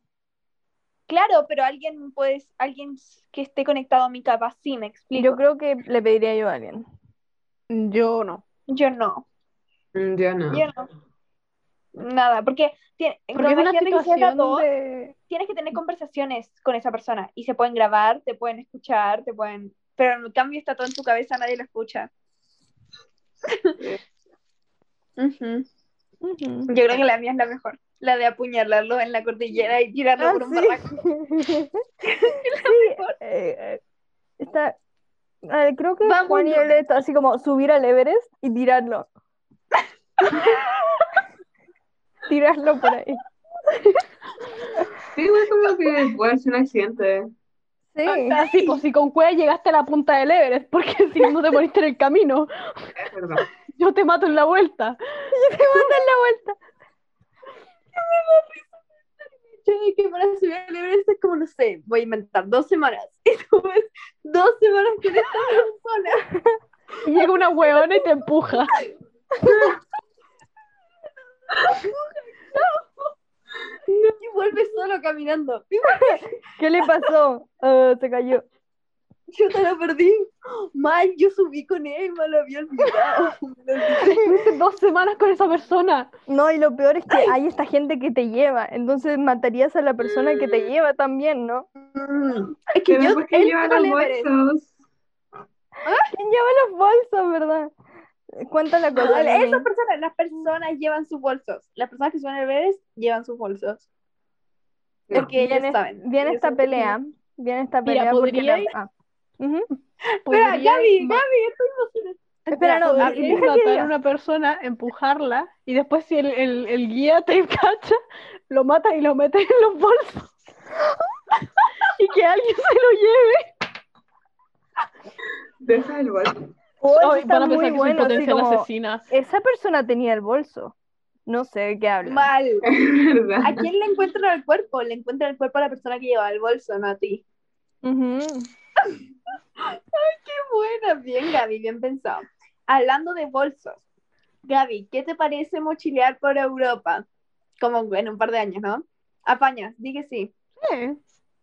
[SPEAKER 4] Claro, pero alguien pues, alguien que esté conectado a mi capa, sí, me
[SPEAKER 2] Y
[SPEAKER 4] explico.
[SPEAKER 2] yo creo que le pediría yo a alguien.
[SPEAKER 1] complices, yo no.
[SPEAKER 4] Yo no,
[SPEAKER 3] mm, yo no.
[SPEAKER 4] yo no. Nada, porque, tiene,
[SPEAKER 1] Porque es
[SPEAKER 4] con la
[SPEAKER 1] una
[SPEAKER 4] gente que seas
[SPEAKER 1] situación
[SPEAKER 4] dos,
[SPEAKER 1] de...
[SPEAKER 4] tienes que tener conversaciones con esa persona y se pueden grabar, te pueden escuchar, te pueden... Pero en cambio está todo en tu cabeza, nadie lo escucha. Ujú. Yo creo que la mía es la mejor. La de apuñalarlo en la cordillera y tirarlo
[SPEAKER 2] Ah,
[SPEAKER 4] por un
[SPEAKER 2] sí.
[SPEAKER 4] barranco.
[SPEAKER 2] Sí, eh, eh, está, eh, creo que
[SPEAKER 4] Vamos,
[SPEAKER 2] Juan y
[SPEAKER 4] Lola.
[SPEAKER 2] él está así como subir al Everest y tirarlo. tirarlo por ahí.
[SPEAKER 3] Sí, igual como que puede ser un accidente.
[SPEAKER 2] Sí.
[SPEAKER 1] Así, pues si con cueva llegaste a la punta del Everest, porque si no te moriste en el camino,
[SPEAKER 3] Es verdad.
[SPEAKER 1] yo te mato en la vuelta.
[SPEAKER 4] Yo de que para subir al Everest es como, no sé, voy a inventar dos semanas. Y tú ves dos semanas con esta persona.
[SPEAKER 1] Y llega una hueona y te empuja.
[SPEAKER 4] Y vuelves solo caminando. Y
[SPEAKER 2] ¿Qué le pasó? Ah, se cayó.
[SPEAKER 4] Yo te lo perdí. Mal, yo subí con él, mal lo había olvidado.
[SPEAKER 1] Estuviste dos semanas con esa persona.
[SPEAKER 2] No, y lo peor es que hay esta gente que te lleva, entonces matarías a la persona que
[SPEAKER 1] Mm.
[SPEAKER 2] te lleva también, ¿no?
[SPEAKER 4] Mm. Es que
[SPEAKER 3] Pero
[SPEAKER 4] yo,
[SPEAKER 3] ¿por qué
[SPEAKER 4] él
[SPEAKER 3] lleva
[SPEAKER 4] fue al
[SPEAKER 3] los
[SPEAKER 4] Everest.
[SPEAKER 3] bolsos?
[SPEAKER 2] ¿Quién lleva los bolsos, verdad? Eh, Cuenta la cosa.
[SPEAKER 4] No,
[SPEAKER 2] Nini.
[SPEAKER 4] esas personas, las personas llevan sus bolsos. Las personas que suben al Everest llevan sus bolsos.
[SPEAKER 3] No.
[SPEAKER 4] Porque ellas
[SPEAKER 2] Viene,
[SPEAKER 4] saben.
[SPEAKER 2] viene
[SPEAKER 4] Ellas
[SPEAKER 2] esta
[SPEAKER 4] saben que-
[SPEAKER 2] pelea. Viene esta
[SPEAKER 1] Mira,
[SPEAKER 2] pelea porque la-
[SPEAKER 1] podríais-
[SPEAKER 2] ah. Ujú.
[SPEAKER 4] Espera,
[SPEAKER 1] Podríais
[SPEAKER 4] Gaby,
[SPEAKER 1] ma-
[SPEAKER 4] Gaby, estoy emocionada.
[SPEAKER 2] Espera, no,
[SPEAKER 4] ¿eh?
[SPEAKER 1] podríais
[SPEAKER 2] deja que
[SPEAKER 1] matar
[SPEAKER 2] diga.
[SPEAKER 1] a una persona, empujarla, y después si el, el- el guía te cacha, lo mata y lo metes en los bolsos. Y que alguien se lo lleve.
[SPEAKER 3] Deja el bolso.
[SPEAKER 2] Oh, eso
[SPEAKER 1] Ay,
[SPEAKER 2] está
[SPEAKER 1] van a
[SPEAKER 2] muy
[SPEAKER 1] pensar que soy
[SPEAKER 2] bueno, así
[SPEAKER 1] potencial
[SPEAKER 2] como-
[SPEAKER 1] asesina.
[SPEAKER 2] Esa persona tenía el bolso. No sé de qué habla.
[SPEAKER 4] Mal.
[SPEAKER 3] Es verdad.
[SPEAKER 4] ¿A quién le encuentran el cuerpo? Le encuentran el cuerpo a la persona que llevaba el bolso, no a ti.
[SPEAKER 2] Ujú.
[SPEAKER 4] Qué buena, bien Gaby, bien pensado. Hablando de bolsos, Gaby, ¿qué te parece mochilear por Europa? Como en un par de años, ¿no? Apañas, di que sí.
[SPEAKER 1] Eh,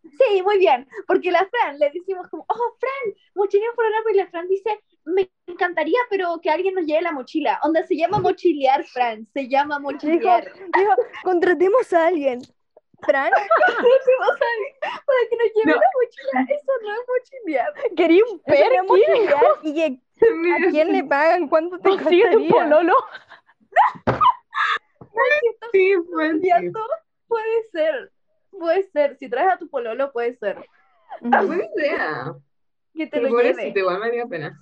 [SPEAKER 4] Sí, muy bien, porque la Fran le decimos como, oh, Fran, mochilear por Europa y la Fran dice, me encantaría, pero que alguien nos lleve la mochila. Onda, se llama mochilear, Fran, se llama mochilear.
[SPEAKER 2] Dijo, contratemos a alguien. Fran,
[SPEAKER 4] No sabe, para que nos lleve
[SPEAKER 3] No.
[SPEAKER 4] la mochila, eso no es mochilear.
[SPEAKER 1] Quería un
[SPEAKER 2] ¿querés
[SPEAKER 1] perro.
[SPEAKER 2] mochilear? ¿Y que- a quién le pagan? ¿Cuánto te
[SPEAKER 1] Consíguete un
[SPEAKER 2] costaría?
[SPEAKER 1] pololo.
[SPEAKER 3] Sí, pues, sí.
[SPEAKER 4] Cierto, Puede ser, puede ser. Si traes a tu pololo, puede ser.
[SPEAKER 2] Ujú.
[SPEAKER 3] Buena idea.
[SPEAKER 4] Que te
[SPEAKER 3] Pero
[SPEAKER 4] lo
[SPEAKER 3] pobrecito,
[SPEAKER 4] lleve.
[SPEAKER 3] igual me dio pena.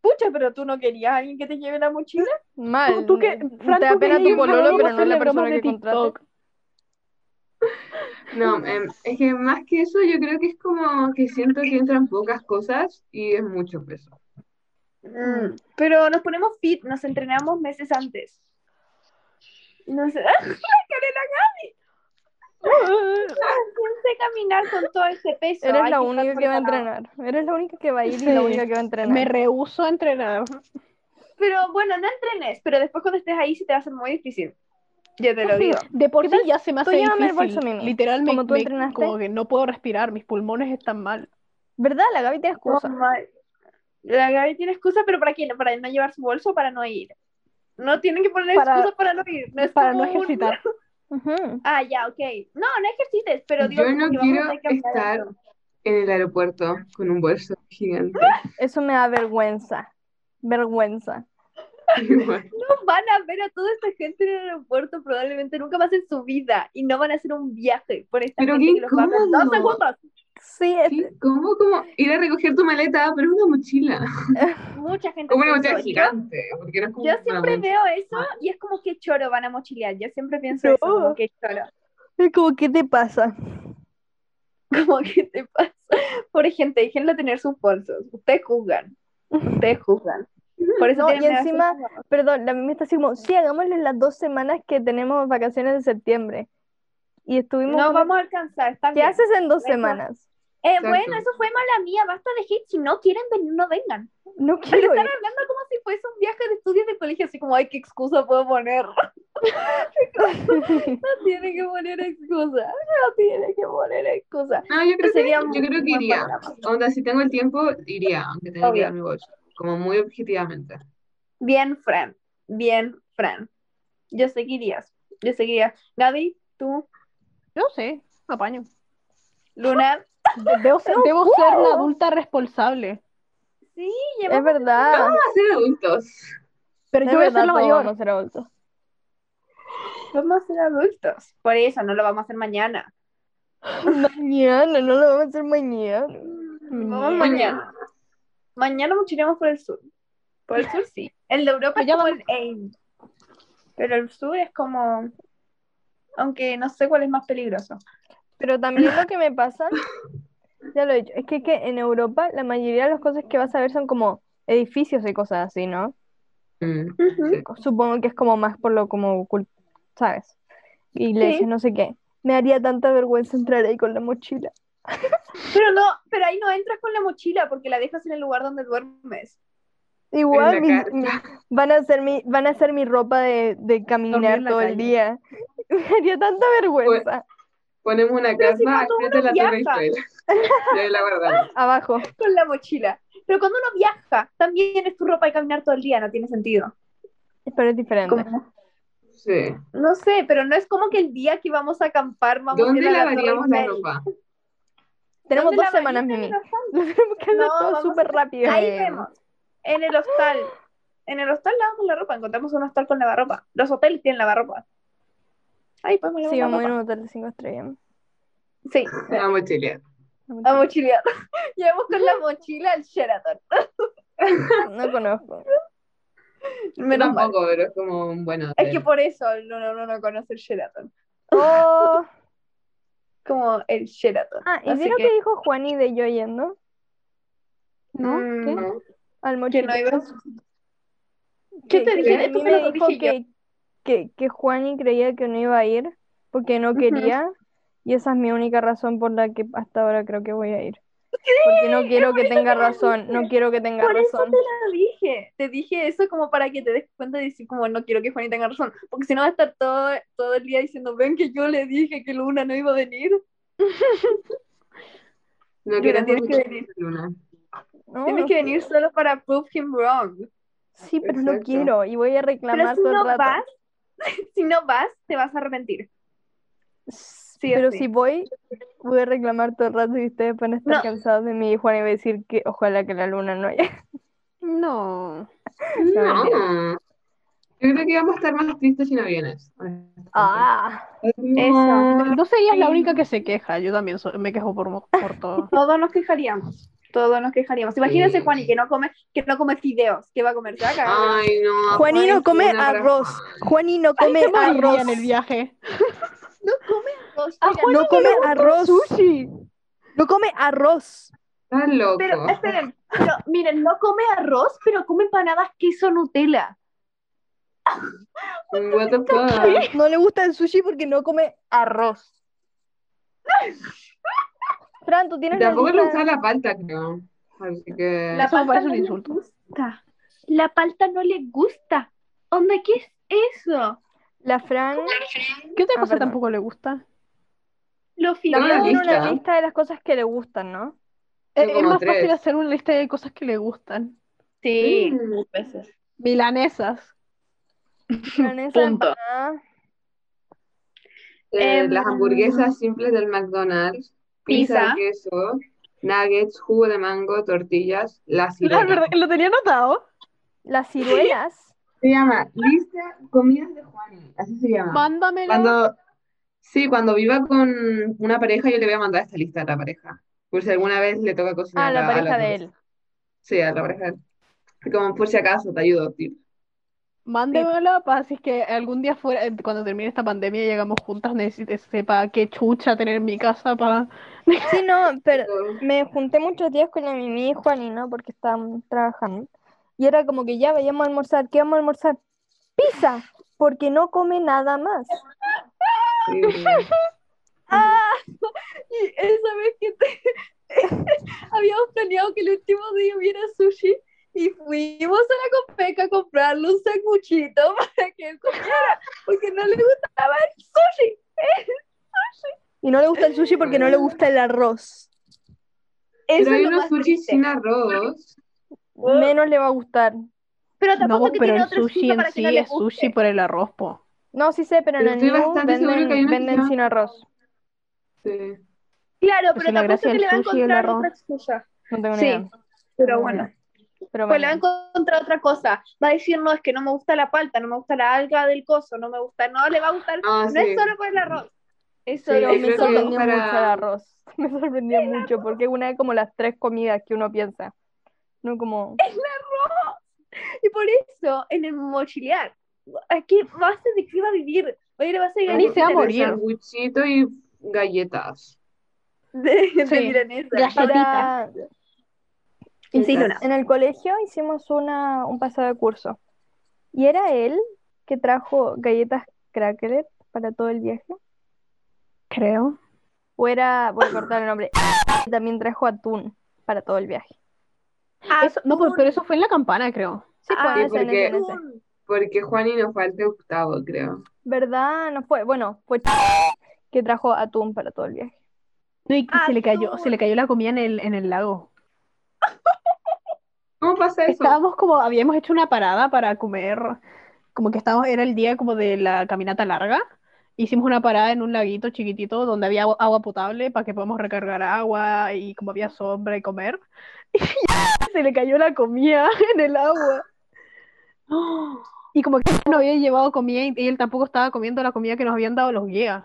[SPEAKER 4] Pucha, pero tú no querías a alguien que te lleve la mochila.
[SPEAKER 2] Mal.
[SPEAKER 1] Tú- tú que- Fran,
[SPEAKER 2] te
[SPEAKER 1] tú
[SPEAKER 2] da pena
[SPEAKER 1] querías
[SPEAKER 2] tu
[SPEAKER 1] un
[SPEAKER 2] pololo,
[SPEAKER 1] pololo
[SPEAKER 2] pero
[SPEAKER 1] para
[SPEAKER 2] no la
[SPEAKER 1] hacerle bromas
[SPEAKER 2] persona
[SPEAKER 1] de
[SPEAKER 2] que contratas.
[SPEAKER 1] TikTok.
[SPEAKER 3] No, em, es que más que eso, yo creo que es como que siento que entran pocas cosas y es mucho peso.
[SPEAKER 4] Mm, Pero nos ponemos fit, nos entrenamos meses antes. No sé, la cara de la Gaby. Piense caminar con todo ese peso.
[SPEAKER 2] Eres
[SPEAKER 4] hay
[SPEAKER 2] la
[SPEAKER 4] que
[SPEAKER 2] única
[SPEAKER 4] estar
[SPEAKER 2] que va a
[SPEAKER 4] preparado.
[SPEAKER 2] entrenar. Eres la única que va a ir y
[SPEAKER 1] Sí.
[SPEAKER 2] la única que va a entrenar.
[SPEAKER 1] Me rehúso a entrenar.
[SPEAKER 4] Pero bueno, no entrenes, pero después cuando estés ahí sí te va a ser muy difícil. Yo te lo digo.
[SPEAKER 1] De por
[SPEAKER 2] ¿Qué
[SPEAKER 1] sí
[SPEAKER 2] tal
[SPEAKER 1] ya se me
[SPEAKER 2] tú
[SPEAKER 1] hace
[SPEAKER 2] llévame el
[SPEAKER 1] difícil.
[SPEAKER 2] bolso mío?
[SPEAKER 1] Literal, me-
[SPEAKER 2] Como tú
[SPEAKER 1] me-
[SPEAKER 2] entrenaste.
[SPEAKER 1] como que no puedo respirar, mis pulmones están mal.
[SPEAKER 2] ¿Verdad? La Gaby tiene
[SPEAKER 4] No,
[SPEAKER 2] excusa.
[SPEAKER 4] ma- La Gaby tiene excusa, pero ¿para quién? Para no llevar su bolso o para no ir. No tienen que poner
[SPEAKER 1] Para-
[SPEAKER 4] excusa para no ir. No es
[SPEAKER 1] Para no
[SPEAKER 4] como un-
[SPEAKER 1] ejercitar.
[SPEAKER 2] Ujú.
[SPEAKER 4] Ah, ya, ok. No, no ejercites, pero digo
[SPEAKER 3] Yo
[SPEAKER 4] como
[SPEAKER 3] no
[SPEAKER 4] que vamos a
[SPEAKER 3] quiero
[SPEAKER 4] tener que caminar
[SPEAKER 3] estar-
[SPEAKER 4] harto.
[SPEAKER 3] En el aeropuerto, con un bolso gigante.
[SPEAKER 2] Eso me da vergüenza. Vergüenza.
[SPEAKER 3] Igual.
[SPEAKER 4] No van a ver a toda esta gente en el aeropuerto probablemente nunca más en su vida y no van a hacer un viaje por esta
[SPEAKER 3] Pero
[SPEAKER 4] gente
[SPEAKER 3] qué
[SPEAKER 4] que los va a ver dos
[SPEAKER 3] incómodo.
[SPEAKER 4] segundos.
[SPEAKER 2] Sí, es-
[SPEAKER 3] Sí, ¿Cómo, cómo ir a recoger tu maleta, pero una mochila?
[SPEAKER 4] Mucha gente
[SPEAKER 3] Como una
[SPEAKER 4] hace
[SPEAKER 3] mochila
[SPEAKER 4] eso.
[SPEAKER 3] gigante, porque no es como
[SPEAKER 4] Yo
[SPEAKER 3] una
[SPEAKER 4] siempre
[SPEAKER 3] bolsa.
[SPEAKER 4] veo eso y es como que choro van a mochilear. Yo siempre pienso
[SPEAKER 2] No.
[SPEAKER 4] eso, como que choro.
[SPEAKER 2] es como, ¿qué te pasa?
[SPEAKER 4] Como que te pasa. Por gente, déjenlo tener sus bolsos. Ustedes juzgan. Ustedes juzgan. Por eso
[SPEAKER 2] No,
[SPEAKER 4] tienen
[SPEAKER 2] y
[SPEAKER 4] que hacer
[SPEAKER 2] encima-
[SPEAKER 4] como-
[SPEAKER 2] Perdón, la misma está así como, sí, hagámosle las dos semanas que tenemos vacaciones de septiembre. Y estuvimos...
[SPEAKER 4] No
[SPEAKER 2] como,
[SPEAKER 4] vamos a alcanzar, está
[SPEAKER 2] ¿Qué
[SPEAKER 4] bien.
[SPEAKER 2] haces en dos
[SPEAKER 4] Eso.
[SPEAKER 2] semanas?
[SPEAKER 4] Eh,
[SPEAKER 3] Exacto.
[SPEAKER 4] bueno, eso fue mala mía. Basta de hate. Si no quieren venir, no vengan.
[SPEAKER 2] No
[SPEAKER 4] Pero
[SPEAKER 2] quiero
[SPEAKER 4] están
[SPEAKER 2] ir.
[SPEAKER 4] hablando como si fuese un viaje de estudios de colegio, así como, ay, qué excusa puedo poner. no tiene que poner excusa. No tiene que poner excusa.
[SPEAKER 3] No, yo creo que,
[SPEAKER 4] Sería
[SPEAKER 3] yo creo
[SPEAKER 4] un
[SPEAKER 3] que
[SPEAKER 4] buen
[SPEAKER 3] iría.
[SPEAKER 4] programa.
[SPEAKER 3] Onda, si tengo el tiempo, iría, aunque tenga que
[SPEAKER 4] Obvio.
[SPEAKER 3] dar mi bolso. Como muy objetivamente.
[SPEAKER 4] Bien, Fran. Bien, Fran. Yo seguirías. Yo seguiría. Gaby, tú,
[SPEAKER 1] Yo sé, apaño.
[SPEAKER 4] Luna.
[SPEAKER 1] De- Debo ser, debo ser la adulta responsable.
[SPEAKER 4] Sí,
[SPEAKER 2] Es
[SPEAKER 3] Em,
[SPEAKER 4] llevamos
[SPEAKER 2] verdad.
[SPEAKER 3] Vamos a ser adultos.
[SPEAKER 1] Pero
[SPEAKER 2] Es
[SPEAKER 1] yo voy a ser
[SPEAKER 2] verdad,
[SPEAKER 1] la
[SPEAKER 2] todos
[SPEAKER 1] mayor.
[SPEAKER 2] vamos a ser adultos.
[SPEAKER 4] vamos a ser adultos. Por eso no lo vamos a hacer mañana.
[SPEAKER 2] Mañana, no lo vamos a hacer mañana.
[SPEAKER 1] Mm.
[SPEAKER 4] Vamos mañana. Mañana mochilemos por el sur. Por el sur sí. El de Europa
[SPEAKER 1] Pues
[SPEAKER 4] es
[SPEAKER 1] ya
[SPEAKER 4] como el aim. Pero el sur es como. Aunque no sé cuál es más peligroso.
[SPEAKER 2] Pero también lo que me pasa, ya lo he dicho, es que, que en Europa la mayoría de las cosas que vas a ver son como edificios y cosas así, ¿no?
[SPEAKER 3] Mm.
[SPEAKER 2] Supongo que es como más por lo como, cul- ¿sabes? Iglesias,
[SPEAKER 4] Sí.
[SPEAKER 2] no sé qué. Me haría tanta vergüenza entrar ahí con la mochila.
[SPEAKER 4] Pero no, pero ahí no entras con la mochila porque la dejas en el lugar donde duermes.
[SPEAKER 2] Igual
[SPEAKER 3] En la
[SPEAKER 2] mis- mis- van a hacer mi, van a hacer mi ropa de, de
[SPEAKER 1] Dormir
[SPEAKER 2] caminar
[SPEAKER 1] en la
[SPEAKER 2] todo el
[SPEAKER 1] calle.
[SPEAKER 2] día. Me haría tanta vergüenza.
[SPEAKER 3] Ponemos una
[SPEAKER 4] Pero si
[SPEAKER 3] casa al
[SPEAKER 4] cuando
[SPEAKER 3] frente de
[SPEAKER 4] uno
[SPEAKER 3] la Torre
[SPEAKER 4] viaja.
[SPEAKER 3] Eiffel. Ya la guardamos.
[SPEAKER 4] Pues.
[SPEAKER 2] Abajo.
[SPEAKER 4] Con la mochila. Pero cuando uno viaja, también es tu ropa de caminar todo el día, no tiene sentido.
[SPEAKER 2] Pero es diferente.
[SPEAKER 4] Como-
[SPEAKER 3] Sí.
[SPEAKER 4] no sé, pero no es como que el día que vamos a acampar vamos a ir
[SPEAKER 3] ¿Dónde
[SPEAKER 4] a la
[SPEAKER 3] lavaríamos
[SPEAKER 4] Torre
[SPEAKER 3] la
[SPEAKER 4] Eiffel.
[SPEAKER 3] ropa?
[SPEAKER 2] Tenemos
[SPEAKER 4] ¿Dónde
[SPEAKER 2] dos semanas,
[SPEAKER 4] lavaríamos
[SPEAKER 2] Mimi.
[SPEAKER 4] la
[SPEAKER 2] Lo tenemos que hacer
[SPEAKER 4] No,
[SPEAKER 2] todo
[SPEAKER 4] vamos a
[SPEAKER 2] súper
[SPEAKER 4] hacer-
[SPEAKER 2] rápido.
[SPEAKER 4] Ahí vemos. En el hostal. En el hostal lavamos la ropa. Encontramos un hostal con lavarropa. Los hoteles tienen lavarropa. Ahí podemos lavar
[SPEAKER 2] Sí,
[SPEAKER 4] la
[SPEAKER 2] vamos a ir a
[SPEAKER 4] ropa.
[SPEAKER 2] un hotel de cinco estrellas.
[SPEAKER 4] Sí,
[SPEAKER 3] La mochila.
[SPEAKER 4] a mochilear. Llevamos con la mochila al Sheraton.
[SPEAKER 2] No conozco.
[SPEAKER 4] Menos
[SPEAKER 3] Yo
[SPEAKER 4] mal.
[SPEAKER 3] tampoco, pero es como un eh, buen hotel.
[SPEAKER 4] Es que por eso uno, uno no conoce el Sheraton.
[SPEAKER 2] Oh,
[SPEAKER 4] Como el Sheraton.
[SPEAKER 2] ah, ¿y
[SPEAKER 4] Así
[SPEAKER 2] vieron
[SPEAKER 4] que-
[SPEAKER 2] que... dijo Juani de yo yendo
[SPEAKER 1] ¿No? ¿Qué?
[SPEAKER 4] Mm,
[SPEAKER 2] al
[SPEAKER 4] Que
[SPEAKER 2] mochilero?
[SPEAKER 4] no iba
[SPEAKER 1] ¿Qué te dije?
[SPEAKER 2] A
[SPEAKER 4] Esto
[SPEAKER 2] mí
[SPEAKER 4] me
[SPEAKER 2] me
[SPEAKER 4] lo
[SPEAKER 2] dijo
[SPEAKER 4] dije
[SPEAKER 2] que, que, que Juani creía que no iba a ir porque no quería y esa es mi única razón por la que hasta ahora creo que voy a ir. Porque no quiero que tenga razón, no quiero que tenga
[SPEAKER 4] Por eso
[SPEAKER 2] razón.
[SPEAKER 4] te lo dije. Te dije eso como para que te des cuenta y decir como no quiero que Juani tenga razón. Porque si no va a estar todo, todo el día diciendo, ven que yo le dije que Luna no iba a venir.
[SPEAKER 3] No
[SPEAKER 4] Pero
[SPEAKER 3] queremos
[SPEAKER 4] tienes que
[SPEAKER 3] mucho
[SPEAKER 4] venir.
[SPEAKER 3] Luna.
[SPEAKER 2] No,
[SPEAKER 4] Tienes
[SPEAKER 2] no
[SPEAKER 4] que
[SPEAKER 2] quiero.
[SPEAKER 4] venir solo para prove him wrong.
[SPEAKER 2] Sí, pero no
[SPEAKER 3] Exacto.
[SPEAKER 2] quiero y voy a
[SPEAKER 4] Pero
[SPEAKER 2] reclamar
[SPEAKER 4] si
[SPEAKER 2] todo el
[SPEAKER 4] no
[SPEAKER 2] rato.
[SPEAKER 4] vas, si no vas, te vas a arrepentir. Sí o
[SPEAKER 2] Pero
[SPEAKER 4] sí.
[SPEAKER 2] si voy, voy a reclamar todo el rato y ustedes van a estar
[SPEAKER 4] No.
[SPEAKER 2] cansados de mí y Juan iba a decir que ojalá que la luna no haya.
[SPEAKER 1] No.
[SPEAKER 3] No. Yo creo que vamos a estar más tristes si no vienes.
[SPEAKER 2] Ah,
[SPEAKER 3] No.
[SPEAKER 1] No serías la
[SPEAKER 4] Sí.
[SPEAKER 1] única que se queja. Yo también so- me quejo por, mo- por todo.
[SPEAKER 4] Todos nos quejaríamos. Todos nos quejaríamos. Imagínense,
[SPEAKER 3] Sí. Ah.
[SPEAKER 4] Juani, que no come, que no come fideos. ¿Qué va a comer? Se va a cagar.
[SPEAKER 3] Ay, no.
[SPEAKER 2] Juani
[SPEAKER 3] Juan
[SPEAKER 2] no
[SPEAKER 3] es
[SPEAKER 2] come
[SPEAKER 3] una para
[SPEAKER 2] arroz.
[SPEAKER 3] Juan.
[SPEAKER 2] Juani no come
[SPEAKER 1] Yo moriría
[SPEAKER 2] arroz.
[SPEAKER 1] en el viaje.
[SPEAKER 4] No come
[SPEAKER 6] No come arroz. No come arroz.
[SPEAKER 3] Estás loco.
[SPEAKER 4] Pero, este esperen, pero, miren, no come arroz, pero come empanadas queso Nutella.
[SPEAKER 3] What the fuck.
[SPEAKER 6] No le gusta el sushi porque no come arroz.
[SPEAKER 2] Fran, tú tienes la
[SPEAKER 3] Tampoco le
[SPEAKER 2] lista-
[SPEAKER 3] gusta la palta, creo. Así que.
[SPEAKER 4] La
[SPEAKER 1] Eso me
[SPEAKER 4] palta
[SPEAKER 1] parece
[SPEAKER 4] no
[SPEAKER 1] un
[SPEAKER 4] le
[SPEAKER 1] insulto.
[SPEAKER 4] gusta. La palta no le gusta. Onda, ¿qué es eso?
[SPEAKER 2] La Fran
[SPEAKER 1] ¿Qué otra
[SPEAKER 2] Ah,
[SPEAKER 1] cosa
[SPEAKER 2] perdón.
[SPEAKER 1] tampoco le gusta?
[SPEAKER 4] Los
[SPEAKER 2] la
[SPEAKER 3] Tengo
[SPEAKER 4] fideos.
[SPEAKER 3] una
[SPEAKER 2] Fran tiene una
[SPEAKER 3] lista.
[SPEAKER 2] lista de las cosas que le gustan, ¿no?
[SPEAKER 1] Eh,
[SPEAKER 3] Yo
[SPEAKER 1] es
[SPEAKER 3] como
[SPEAKER 1] más
[SPEAKER 3] tres.
[SPEAKER 1] fácil hacer una lista de cosas que le gustan.
[SPEAKER 4] Sí,
[SPEAKER 3] Mm.
[SPEAKER 4] mil veces.
[SPEAKER 1] Milanesas.
[SPEAKER 2] Milanesa,
[SPEAKER 4] Punto.
[SPEAKER 2] empanada,
[SPEAKER 3] Eh,
[SPEAKER 4] Em,
[SPEAKER 3] las hamburguesas simples del McDonald's,
[SPEAKER 4] pizza.
[SPEAKER 3] pizza de queso, nuggets, jugo de mango, tortillas, la
[SPEAKER 1] La
[SPEAKER 3] sirena.
[SPEAKER 1] verdad que lo tenía anotado.
[SPEAKER 2] las ciruelas.
[SPEAKER 3] Se llama lista comidas de Juani, así se llama.
[SPEAKER 1] Mándamelo.
[SPEAKER 3] Cuando, sí, cuando viva con una pareja, yo le voy a mandar esta lista a la pareja. Por si alguna vez le toca cocinar
[SPEAKER 2] Ah,
[SPEAKER 3] a
[SPEAKER 2] la pareja de
[SPEAKER 3] pareja.
[SPEAKER 2] él.
[SPEAKER 3] Sí, a la pareja de él. Y Como por si acaso, te ayudo, tío.
[SPEAKER 1] Mándemelo para si es que algún día fuera, eh, cuando termine esta pandemia y llegamos juntas, necesite sepa qué chucha tener en mi casa para.
[SPEAKER 2] Sí, no, pero me junté muchos días con la Mimi y Juani, ¿no? Porque estaban trabajando. Y era como que ya vayamos a almorzar, ¿qué vamos a almorzar? Pizza, porque no come nada más.
[SPEAKER 3] Sí,
[SPEAKER 4] Ah, Y esa vez que te- habíamos planeado que el último día hubiera sushi y fuimos a la Copeca a comprarle un sanguchito para que él comiera, porque no le gustaba el sushi.
[SPEAKER 6] Y no le gusta el sushi porque no le gusta el arroz.
[SPEAKER 4] Eso
[SPEAKER 3] Pero hay
[SPEAKER 4] es lo
[SPEAKER 3] unos
[SPEAKER 4] más
[SPEAKER 3] sushi
[SPEAKER 4] triste.
[SPEAKER 3] sin arroz. Oh.
[SPEAKER 2] Menos le va a gustar.
[SPEAKER 4] Pero te
[SPEAKER 1] No,
[SPEAKER 4] apuesto que
[SPEAKER 1] pero
[SPEAKER 4] tiene
[SPEAKER 1] el
[SPEAKER 4] otra
[SPEAKER 1] sushi en
[SPEAKER 4] excusa para que no
[SPEAKER 1] sí
[SPEAKER 4] le
[SPEAKER 1] es
[SPEAKER 4] guste.
[SPEAKER 1] sushi por el arroz, po.
[SPEAKER 2] No, sí sé, pero en
[SPEAKER 3] Pero
[SPEAKER 2] el
[SPEAKER 3] estoy
[SPEAKER 2] menú
[SPEAKER 3] bastante segura que
[SPEAKER 2] venden,
[SPEAKER 3] hay uno que se
[SPEAKER 2] venden
[SPEAKER 3] llama-
[SPEAKER 2] sin arroz.
[SPEAKER 3] Sí.
[SPEAKER 4] Claro,
[SPEAKER 1] Pues si
[SPEAKER 4] pero te
[SPEAKER 1] la
[SPEAKER 4] apuesto
[SPEAKER 1] gracia
[SPEAKER 4] que
[SPEAKER 1] del
[SPEAKER 4] le va a
[SPEAKER 1] sushi y el
[SPEAKER 4] encontrar
[SPEAKER 1] arroz.
[SPEAKER 4] otra excusa.
[SPEAKER 2] No tengo ni
[SPEAKER 4] Sí,
[SPEAKER 2] idea.
[SPEAKER 4] pero bueno.
[SPEAKER 2] Pero
[SPEAKER 4] Pues le va a
[SPEAKER 2] venden.
[SPEAKER 4] encontrar otra cosa. Va a decir, no, es que no me gusta la palta, no me gusta la alga del coso, no me gusta, no le va a gustar.
[SPEAKER 3] Ah,
[SPEAKER 4] No es
[SPEAKER 3] sí.
[SPEAKER 4] solo por el arroz. Eso
[SPEAKER 3] Sí,
[SPEAKER 4] es
[SPEAKER 2] Pero
[SPEAKER 3] yo
[SPEAKER 4] es
[SPEAKER 2] me
[SPEAKER 3] creo que
[SPEAKER 4] solo-
[SPEAKER 2] sorprendió
[SPEAKER 3] para-
[SPEAKER 2] mucho el arroz. Me sorprendió mucho porque es una de como las tres comidas que uno piensa. No como...
[SPEAKER 4] Y por eso, en el mochilear, aquí vas a de qué va a vivir. Oye, le vas a llegar
[SPEAKER 1] Ni
[SPEAKER 4] y
[SPEAKER 1] se va a
[SPEAKER 4] te-
[SPEAKER 1] morir.
[SPEAKER 3] Sanguchito y galletas.
[SPEAKER 4] De, de
[SPEAKER 1] Sí.
[SPEAKER 4] milanesa.
[SPEAKER 1] Galletitas.
[SPEAKER 2] Ahora,
[SPEAKER 4] Insisto, no.
[SPEAKER 2] En el colegio hicimos una, un pasado de curso y era él que trajo galletas crackler para todo el viaje.
[SPEAKER 1] Creo.
[SPEAKER 2] O era, voy a cortar el nombre, y también trajo atún para todo el viaje.
[SPEAKER 1] Eso, no, pues, pero eso fue en la campana, creo.
[SPEAKER 2] Sí,
[SPEAKER 4] Ah,
[SPEAKER 2] fue ese, en ese, en ese.
[SPEAKER 4] Atún.
[SPEAKER 3] Porque Juani nos falta octavo, creo.
[SPEAKER 2] ¿Verdad? No fue, bueno, fue que trajo atún para todo el viaje.
[SPEAKER 1] No, y que
[SPEAKER 4] Ah,
[SPEAKER 1] se le cayó,
[SPEAKER 4] Atún.
[SPEAKER 1] se le cayó la comida en el, en el lago.
[SPEAKER 3] ¿Cómo pasa eso?
[SPEAKER 1] Estábamos como, habíamos hecho una parada para comer, como que estábamos, era el día como de la caminata larga. Hicimos una parada en un laguito chiquitito donde había agua, agua potable para que podamos recargar agua y como había sombra y comer. Y se le cayó la comida en el agua. Y como que no había llevado comida y él tampoco estaba comiendo la comida que nos habían dado los guías.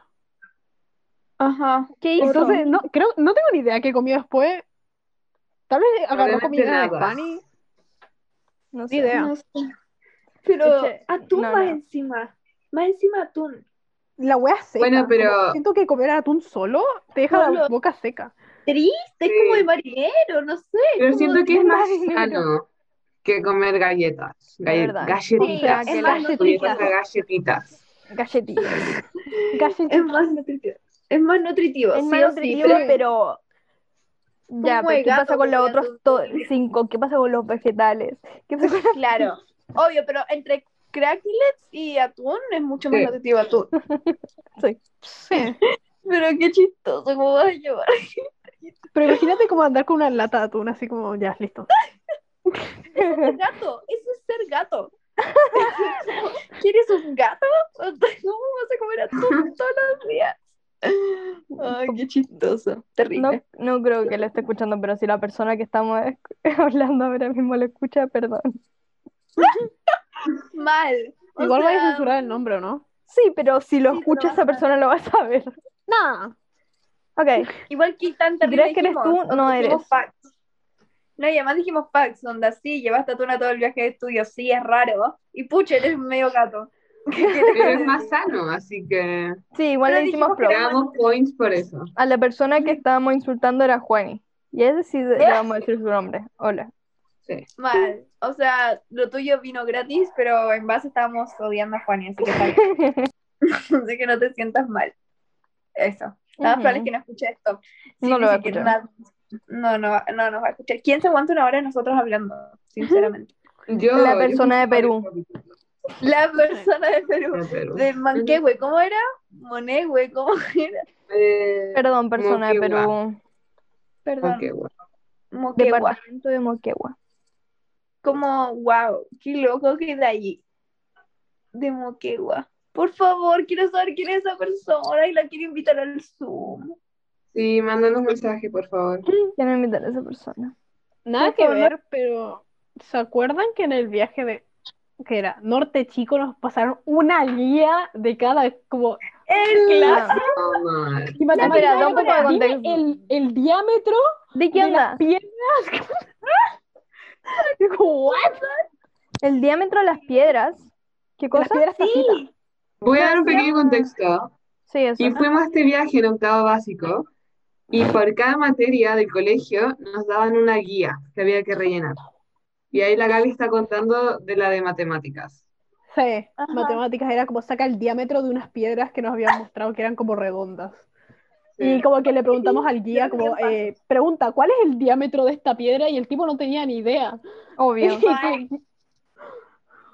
[SPEAKER 4] Ajá.
[SPEAKER 2] ¿Qué hizo?
[SPEAKER 1] Entonces, no, creo, no tengo ni idea qué comió después. Tal vez agarró
[SPEAKER 3] Probablemente
[SPEAKER 1] comida de
[SPEAKER 3] nada.
[SPEAKER 1] Fanny,
[SPEAKER 2] no
[SPEAKER 1] ni
[SPEAKER 2] sé.
[SPEAKER 1] idea.
[SPEAKER 4] No sé. Pero
[SPEAKER 2] Eche-
[SPEAKER 4] atún
[SPEAKER 2] no,
[SPEAKER 4] más
[SPEAKER 2] no.
[SPEAKER 4] encima. Más encima atún.
[SPEAKER 1] La wea seca.
[SPEAKER 3] Bueno, pero-
[SPEAKER 1] como siento que comer atún solo te deja
[SPEAKER 4] No,
[SPEAKER 1] la
[SPEAKER 4] lo-
[SPEAKER 1] boca seca.
[SPEAKER 4] Triste, es
[SPEAKER 3] Sí.
[SPEAKER 4] como de marinero, no sé.
[SPEAKER 3] Pero
[SPEAKER 4] como
[SPEAKER 3] siento que es
[SPEAKER 4] de-
[SPEAKER 3] más sano que comer galletas. Galle-
[SPEAKER 2] verdad.
[SPEAKER 3] galletitas.
[SPEAKER 2] Sí, es
[SPEAKER 3] Las
[SPEAKER 2] más
[SPEAKER 3] galletas,
[SPEAKER 1] nutritivo.
[SPEAKER 3] galletitas.
[SPEAKER 2] Galletillas.
[SPEAKER 4] Es más nutritivo. Es más nutritivo.
[SPEAKER 2] Es
[SPEAKER 4] sí
[SPEAKER 2] más
[SPEAKER 4] o sí,
[SPEAKER 2] nutritivo,
[SPEAKER 4] pero-
[SPEAKER 2] pero... Ya,
[SPEAKER 4] Como
[SPEAKER 2] pero
[SPEAKER 4] el
[SPEAKER 2] ¿qué
[SPEAKER 4] gato
[SPEAKER 2] pasa con los
[SPEAKER 4] comiendo
[SPEAKER 2] otros to- cinco? ¿Qué pasa con los vegetales? ¿Qué pasa con la-
[SPEAKER 4] Claro, obvio, pero entre cracklets y atún es mucho más
[SPEAKER 3] Sí.
[SPEAKER 4] nutritivo atún.
[SPEAKER 1] Sí.
[SPEAKER 4] Pero qué chistoso, ¿cómo vas a llevar?
[SPEAKER 1] Pero imagínate como andar con una lata de atún así como ya, listo.
[SPEAKER 4] El gato, eso es ser gato. ¿Quieres un gato? ¿Cómo vas a comer atún todos los días? Ay, qué chistoso,
[SPEAKER 2] No,
[SPEAKER 4] terrible.
[SPEAKER 2] no creo que lo esté escuchando, pero si la persona que estamos esc- hablando ahora mismo lo escucha, perdón.
[SPEAKER 4] Mal. O
[SPEAKER 1] Igual vaya a
[SPEAKER 4] sea,
[SPEAKER 1] censurar el nombre, ¿o no?
[SPEAKER 2] Sí, pero si lo
[SPEAKER 4] Sí, pero
[SPEAKER 2] escucha
[SPEAKER 4] vas
[SPEAKER 2] esa
[SPEAKER 4] a-
[SPEAKER 2] persona lo va a saber.
[SPEAKER 1] Nah.
[SPEAKER 2] Ok,
[SPEAKER 4] Igual que tan
[SPEAKER 2] ¿Crees
[SPEAKER 4] terrible
[SPEAKER 2] que eres
[SPEAKER 4] dijimos,
[SPEAKER 2] tú?
[SPEAKER 4] onda,
[SPEAKER 2] No
[SPEAKER 4] dijimos
[SPEAKER 2] eres.
[SPEAKER 4] facts. No, y además dijimos facts, onda, sí, llevaste atún a todo el viaje de estudio, sí, es raro. Y pucha, eres medio gato.
[SPEAKER 3] Pero es más sano, así que
[SPEAKER 2] Sí, igual
[SPEAKER 4] Pero
[SPEAKER 2] le hicimos
[SPEAKER 4] dijimos que
[SPEAKER 3] le
[SPEAKER 2] pro.
[SPEAKER 4] era-
[SPEAKER 3] damos points por eso.
[SPEAKER 2] A la persona que estábamos insultando era Juani. Y a ese sí le vamos a decir su nombre. Hola.
[SPEAKER 3] Sí.
[SPEAKER 4] Mal. O sea, lo tuyo vino gratis, pero en base estábamos odiando a Juani, así que está bien. así que no te sientas mal. Eso. Nada más
[SPEAKER 2] Ujú.
[SPEAKER 4] probable es que no escuche esto. Sí,
[SPEAKER 2] No lo
[SPEAKER 4] ni
[SPEAKER 2] va a
[SPEAKER 4] siquiera
[SPEAKER 2] escuchar.
[SPEAKER 4] una- No, no, va- no nos va a escuchar. ¿Quién se aguanta una hora de nosotros hablando? Sinceramente.
[SPEAKER 3] Yo,
[SPEAKER 2] La
[SPEAKER 3] yo
[SPEAKER 2] persona de Perú.
[SPEAKER 4] La persona de Perú.
[SPEAKER 3] De Perú.
[SPEAKER 4] De Manquehue, ¿cómo era? Monegüe, ¿cómo era?
[SPEAKER 3] Eh,
[SPEAKER 2] Perdón, persona de
[SPEAKER 3] Moquegua.
[SPEAKER 2] Perú.
[SPEAKER 4] Perdón.
[SPEAKER 3] ok, bueno.
[SPEAKER 4] Moquegua.
[SPEAKER 2] Departamento de Moquegua.
[SPEAKER 4] como, wow, qué loco que de allí, de Moquegua. Por favor, quiero saber quién es esa persona y la quiero invitar al Zoom.
[SPEAKER 3] Sí, mándanos mensaje, por favor.
[SPEAKER 2] Ya no invitar a esa persona.
[SPEAKER 1] Nada
[SPEAKER 2] Por
[SPEAKER 1] que
[SPEAKER 2] favor.
[SPEAKER 1] ver, pero ¿se acuerdan que en el viaje de que era Norte Chico nos pasaron una guía de cada como
[SPEAKER 4] El
[SPEAKER 1] clase?
[SPEAKER 3] Oh, mal.
[SPEAKER 1] Y matemática
[SPEAKER 2] da un
[SPEAKER 1] era
[SPEAKER 2] poco de
[SPEAKER 1] como, dime
[SPEAKER 2] contexto.
[SPEAKER 1] el, el diámetro
[SPEAKER 2] ¿De qué
[SPEAKER 1] de
[SPEAKER 2] onda?
[SPEAKER 1] las piedras. Y como, ¿what?
[SPEAKER 2] El diámetro de las piedras. ¿Qué
[SPEAKER 1] Las
[SPEAKER 2] cosa?
[SPEAKER 1] piedras tacitas.
[SPEAKER 3] Voy a dar un pequeño contexto.
[SPEAKER 2] Sí, eso.
[SPEAKER 3] Y fuimos a este viaje en octavo básico y por cada materia del colegio nos daban una guía que había que rellenar. Y ahí la Gaby está contando de la de matemáticas.
[SPEAKER 1] Sí,
[SPEAKER 4] Ajá.
[SPEAKER 1] matemáticas era como saca el diámetro de unas piedras que nos habían mostrado que eran como redondas.
[SPEAKER 3] Sí.
[SPEAKER 1] Y como que le preguntamos al guía,
[SPEAKER 4] Sí,
[SPEAKER 1] como,
[SPEAKER 4] bien
[SPEAKER 1] eh, pregunta, ¿cuál es el diámetro de esta piedra? Y el tipo no tenía ni idea.
[SPEAKER 2] Obvio.
[SPEAKER 1] Y como-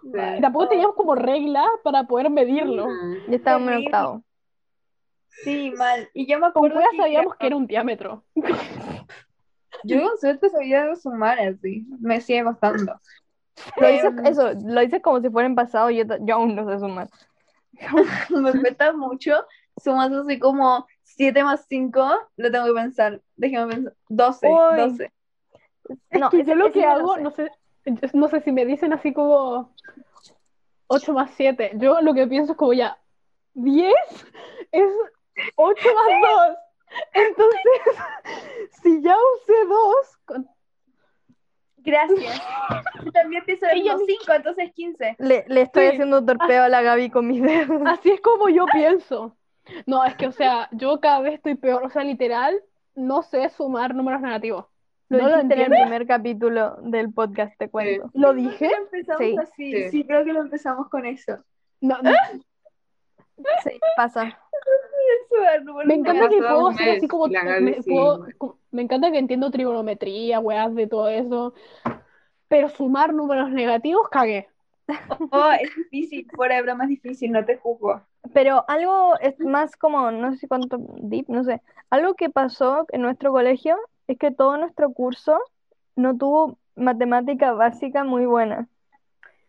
[SPEAKER 1] y
[SPEAKER 2] Ah.
[SPEAKER 1] tampoco teníamos como regla para poder medirlo.
[SPEAKER 3] Mm.
[SPEAKER 2] Yo estaba en
[SPEAKER 4] Terrible.
[SPEAKER 2] octavo.
[SPEAKER 4] Sí, mal. Y yo me
[SPEAKER 1] Con
[SPEAKER 4] acuerdo
[SPEAKER 1] cueva
[SPEAKER 4] que
[SPEAKER 1] sabíamos que era un diámetro.
[SPEAKER 4] yo con suerte sabía sumar así. Me sigue Em, gustando.
[SPEAKER 2] Lo dices, eso, lo dices como si fuera en pasado. Yo, ta- yo aún no sé sumar.
[SPEAKER 4] Me cuesta mucho. Sumas así como 7 más 5. Lo tengo que pensar. Déjame pensar. 12.
[SPEAKER 2] Uy.
[SPEAKER 4] 12.
[SPEAKER 2] No,
[SPEAKER 1] que
[SPEAKER 2] ese-
[SPEAKER 1] yo lo
[SPEAKER 2] ese
[SPEAKER 1] que
[SPEAKER 2] no lo
[SPEAKER 1] hago,
[SPEAKER 2] sé.
[SPEAKER 1] no sé, yo no sé si me dicen así como 8 más 7. Yo lo que pienso es como ya, 10 es 8 más 2. Entonces, si ya usé 2, con-
[SPEAKER 4] Gracias. Yo también pienso en
[SPEAKER 1] Ella
[SPEAKER 4] 5,
[SPEAKER 1] me-
[SPEAKER 4] entonces 15.
[SPEAKER 2] Le, le estoy
[SPEAKER 1] Sí. Ah,
[SPEAKER 2] haciendo torpeo a la Gaby con mis dedos.
[SPEAKER 1] así es como yo pienso. No, es que, o sea, yo cada vez estoy peor. O sea, literal, no sé sumar números negativos.
[SPEAKER 2] Lo
[SPEAKER 1] no lo
[SPEAKER 2] dijiste en el
[SPEAKER 1] entiendo.
[SPEAKER 2] primer capítulo del podcast, te cuento.
[SPEAKER 1] ¿Lo dije?
[SPEAKER 4] Creo que empezamos
[SPEAKER 2] Sí.
[SPEAKER 4] así.
[SPEAKER 3] Sí.
[SPEAKER 4] Sí, creo que lo empezamos con eso.
[SPEAKER 1] No, no.
[SPEAKER 2] Sí, pasa.
[SPEAKER 1] Me encanta que
[SPEAKER 3] pasó
[SPEAKER 1] puedo
[SPEAKER 3] un
[SPEAKER 1] hacer así
[SPEAKER 3] mes
[SPEAKER 1] como,
[SPEAKER 3] y la Gaby
[SPEAKER 1] me,
[SPEAKER 3] sí.
[SPEAKER 1] puedo- como- me encanta que entiendo trigonometría, weas de todo eso, pero sumar números negativos, cagué.
[SPEAKER 4] Oh, es difícil, fuera de broma es difícil, no te juzgo.
[SPEAKER 2] Pero algo es más como, no sé cuánto deep, no sé. Algo que pasó en nuestro colegio es que todo nuestro curso no tuvo matemática básica muy buena.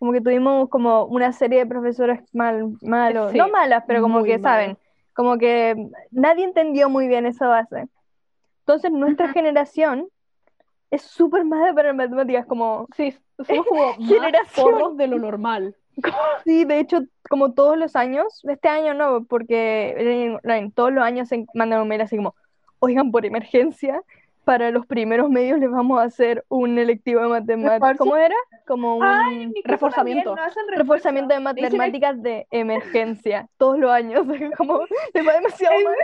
[SPEAKER 2] Como que tuvimos como una serie de profesores mal, malos,
[SPEAKER 1] Sí,
[SPEAKER 2] no malas, pero como
[SPEAKER 1] muy
[SPEAKER 2] que
[SPEAKER 1] malas.
[SPEAKER 2] saben, como que nadie entendió muy bien esa base. Entonces nuestra generación es súper mala para matemáticas, como
[SPEAKER 1] Sí, somos como más
[SPEAKER 2] Generación.
[SPEAKER 1] porros de lo normal.
[SPEAKER 2] Sí, de hecho, como todos los años, este año no, porque en, no, en todos los años se mandan un mail así como, oigan, por emergencia, para los primeros medios les vamos a hacer un electivo de matemáticas.
[SPEAKER 4] Refuerzo.
[SPEAKER 2] ¿Cómo era? Como un
[SPEAKER 1] reforzamiento.
[SPEAKER 4] No hacen
[SPEAKER 2] reforzamiento de
[SPEAKER 4] Le dicen el-
[SPEAKER 2] matemáticas de emergencia, todos los años. Como, les va demasiado mal.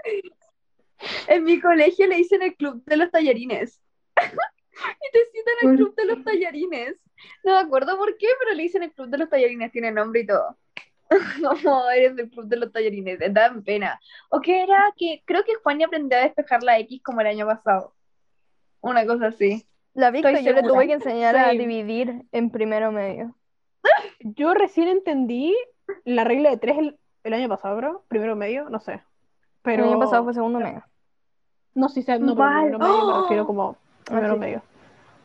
[SPEAKER 4] En mi colegio le dicen el club de los tallarines. y te citan el
[SPEAKER 3] Por-
[SPEAKER 4] club de los tallarines. No me acuerdo por qué, pero le dicen el club de los tallarines, tiene nombre y todo. Como eres del club de los tallarines, te dan pena. O que era que creo que Juan aprendió a despejar la X como el año pasado. Una cosa así.
[SPEAKER 2] La Victo
[SPEAKER 4] Estoy
[SPEAKER 2] yo le
[SPEAKER 4] segura.
[SPEAKER 2] tuve que enseñar a
[SPEAKER 1] Sí.
[SPEAKER 2] dividir en primero medio.
[SPEAKER 1] Yo recién entendí la regla de tres el, el año pasado, creo, primero medio, no sé.
[SPEAKER 2] El
[SPEAKER 1] Pero
[SPEAKER 2] año pasado fue segundo medio.
[SPEAKER 1] no sí sé, no, pero
[SPEAKER 4] Mal.
[SPEAKER 1] primero medio me
[SPEAKER 4] ¡Oh!
[SPEAKER 1] refiero como primero
[SPEAKER 2] sí.
[SPEAKER 1] medio.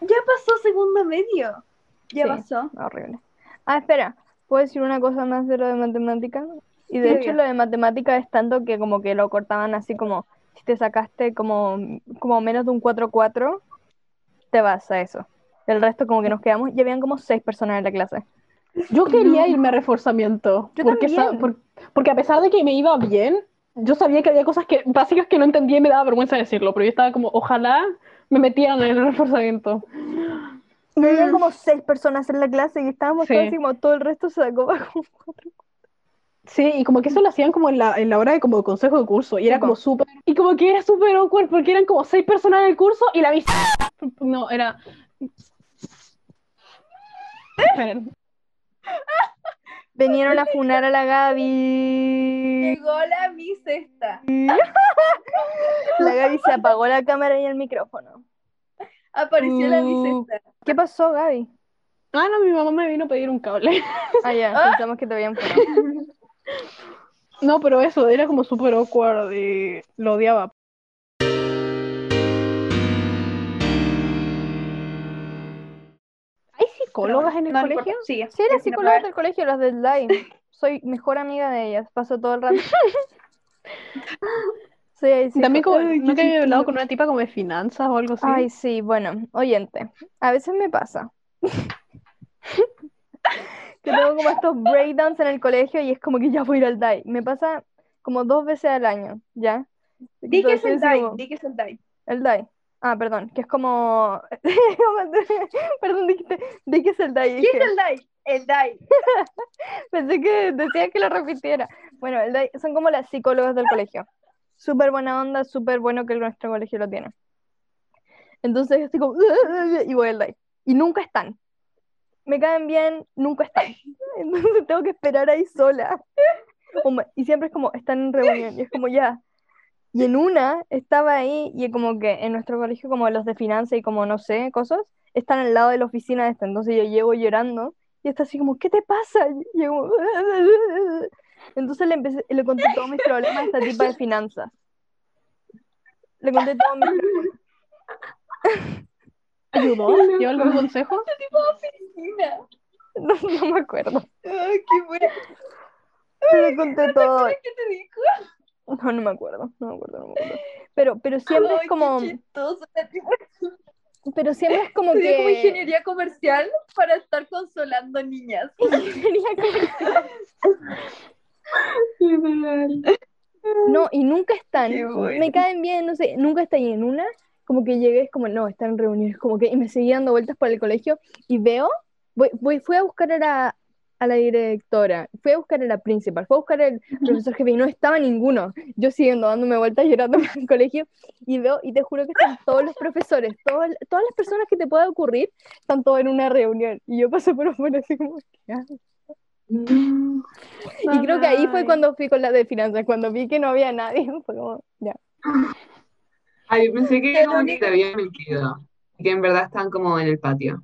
[SPEAKER 4] Ya pasó segundo medio. Ya
[SPEAKER 2] Sí.
[SPEAKER 4] pasó.
[SPEAKER 2] Horrible. Ah, espera, ¿puedo decir una cosa más de lo de matemática? Y de
[SPEAKER 4] Sí,
[SPEAKER 2] hecho
[SPEAKER 4] obvio.
[SPEAKER 2] lo de matemática es tanto que como que lo cortaban así como, si te sacaste como, como menos de un 4-4, te vas a eso. El resto como que nos quedamos y habían como seis personas en la clase.
[SPEAKER 1] Yo quería irme a reforzamiento,
[SPEAKER 2] Yo
[SPEAKER 1] porque,
[SPEAKER 2] también.
[SPEAKER 1] sa- por- porque a pesar de que me iba bien, yo sabía que había cosas que, básicas que no entendía y me daba vergüenza decirlo, pero yo estaba como, ojalá me metieran en el reforzamiento.
[SPEAKER 2] Y habían como seis personas en la clase y estábamos
[SPEAKER 1] Sí.
[SPEAKER 2] todos así como, todo el resto se sacó bajo un 4-4.
[SPEAKER 1] Sí, y como que eso lo hacían como en la, en la hora de como consejo de curso, y era como súper, y como que era súper awkward porque eran como seis personas en el curso y la vista. No, era. Esperen.
[SPEAKER 2] Vinieron a funar a la Gaby.
[SPEAKER 4] Llegó la bisesta.
[SPEAKER 2] La Gaby se apagó la cámara y el micrófono.
[SPEAKER 4] Apareció la
[SPEAKER 2] Uh.
[SPEAKER 4] bisesta.
[SPEAKER 2] ¿Qué pasó, Gaby?
[SPEAKER 1] Ah, no, mi mamá me vino a pedir un cable.
[SPEAKER 2] Ah, ya, pensamos que te habían funado.
[SPEAKER 1] No, pero eso, era como súper awkward y lo odiaba. ¿Hay psicólogas en el
[SPEAKER 4] No importa,
[SPEAKER 1] colegio?
[SPEAKER 4] sigue.
[SPEAKER 2] Sí, las
[SPEAKER 4] Es una
[SPEAKER 2] psicólogas
[SPEAKER 4] hueá.
[SPEAKER 2] del colegio, las del line. Soy mejor amiga de ellas, paso todo el rato. Sí, sí.
[SPEAKER 1] También como
[SPEAKER 2] Ay,
[SPEAKER 1] nunca
[SPEAKER 2] sí,
[SPEAKER 1] había hablado
[SPEAKER 2] sí.
[SPEAKER 1] con una tipa como de finanzas o algo así.
[SPEAKER 2] Ay, sí, bueno, oyente, a veces me pasa que tengo como estos breakdowns en el colegio y es como que ya voy a ir al DAI. Me pasa como dos veces al año, ¿ya?
[SPEAKER 4] Di que es el
[SPEAKER 2] Entonces,
[SPEAKER 4] DAI,
[SPEAKER 2] como-
[SPEAKER 4] di que es el DAI.
[SPEAKER 2] el DAI. Ah, perdón, que es como... Perdón, dijiste, di que es el DAI.
[SPEAKER 4] ¿Qué
[SPEAKER 2] dije.
[SPEAKER 4] es el DAI? El DAI.
[SPEAKER 2] Pensé que decía que lo repitiera. Bueno, el Dai- son como las psicólogas del colegio. Súper buena onda, súper bueno que nuestro colegio lo tiene. Entonces estoy como... Y voy al DAI. Y nunca están. Me caen bien, nunca están. Entonces tengo que esperar ahí sola. Como- Y siempre es como, están en reunión. Y es como ya. Y en una estaba ahí y como que en nuestro colegio, como los de finanzas y como no sé, cosas, están al lado de la oficina de esta. Entonces yo llevo llorando. Y está así como, ¿qué te pasa? Y yo como, Entonces le, empecé, le conté todos mis problemas a esta tipa de finanzas. Le conté todos mis problemas.
[SPEAKER 1] ¿Ayudó? ¿Dio algún consejo?
[SPEAKER 4] Mira.
[SPEAKER 2] No, no me acuerdo.
[SPEAKER 4] Ay, qué buena.
[SPEAKER 2] Le conté todo.
[SPEAKER 4] ¿Qué te dijo?
[SPEAKER 2] No, no me acuerdo. No me acuerdo, no me acuerdo. Pero, pero siempre
[SPEAKER 4] Ay,
[SPEAKER 2] es como,
[SPEAKER 4] Qué chistoso.
[SPEAKER 2] pero siempre es como
[SPEAKER 4] Estudié como
[SPEAKER 2] que...
[SPEAKER 4] ingeniería comercial para estar consolando niñas.
[SPEAKER 2] Ingeniería comercial.
[SPEAKER 3] Literal.
[SPEAKER 2] No, y nunca están.
[SPEAKER 4] Qué bueno.
[SPEAKER 2] Me caen bien, no sé, nunca están. Y en una, como que llegué, es como, no, están reunidos, como que, y me seguí dando vueltas por el colegio y veo, voy, voy- fui a buscar a la, a la directora, fui a buscar a la principal, fui a buscar al profesor jefe y no estaba ninguno. Yo siguiendo dándome vueltas llorando por el colegio y veo, y te juro que están todos los profesores, todas todas las personas que te pueda ocurrir, están todos en una reunión. Y yo pasé por afuera así como, ¿qué hago?
[SPEAKER 3] Ah. No.
[SPEAKER 2] Y creo que ahí fue cuando fui con la de finanzas, cuando vi que no había nadie, fue como, ya.
[SPEAKER 3] Ay, yo pensé que
[SPEAKER 4] Pero
[SPEAKER 3] como que
[SPEAKER 4] ni-
[SPEAKER 3] te había mentido. Y que en verdad están como en el patio.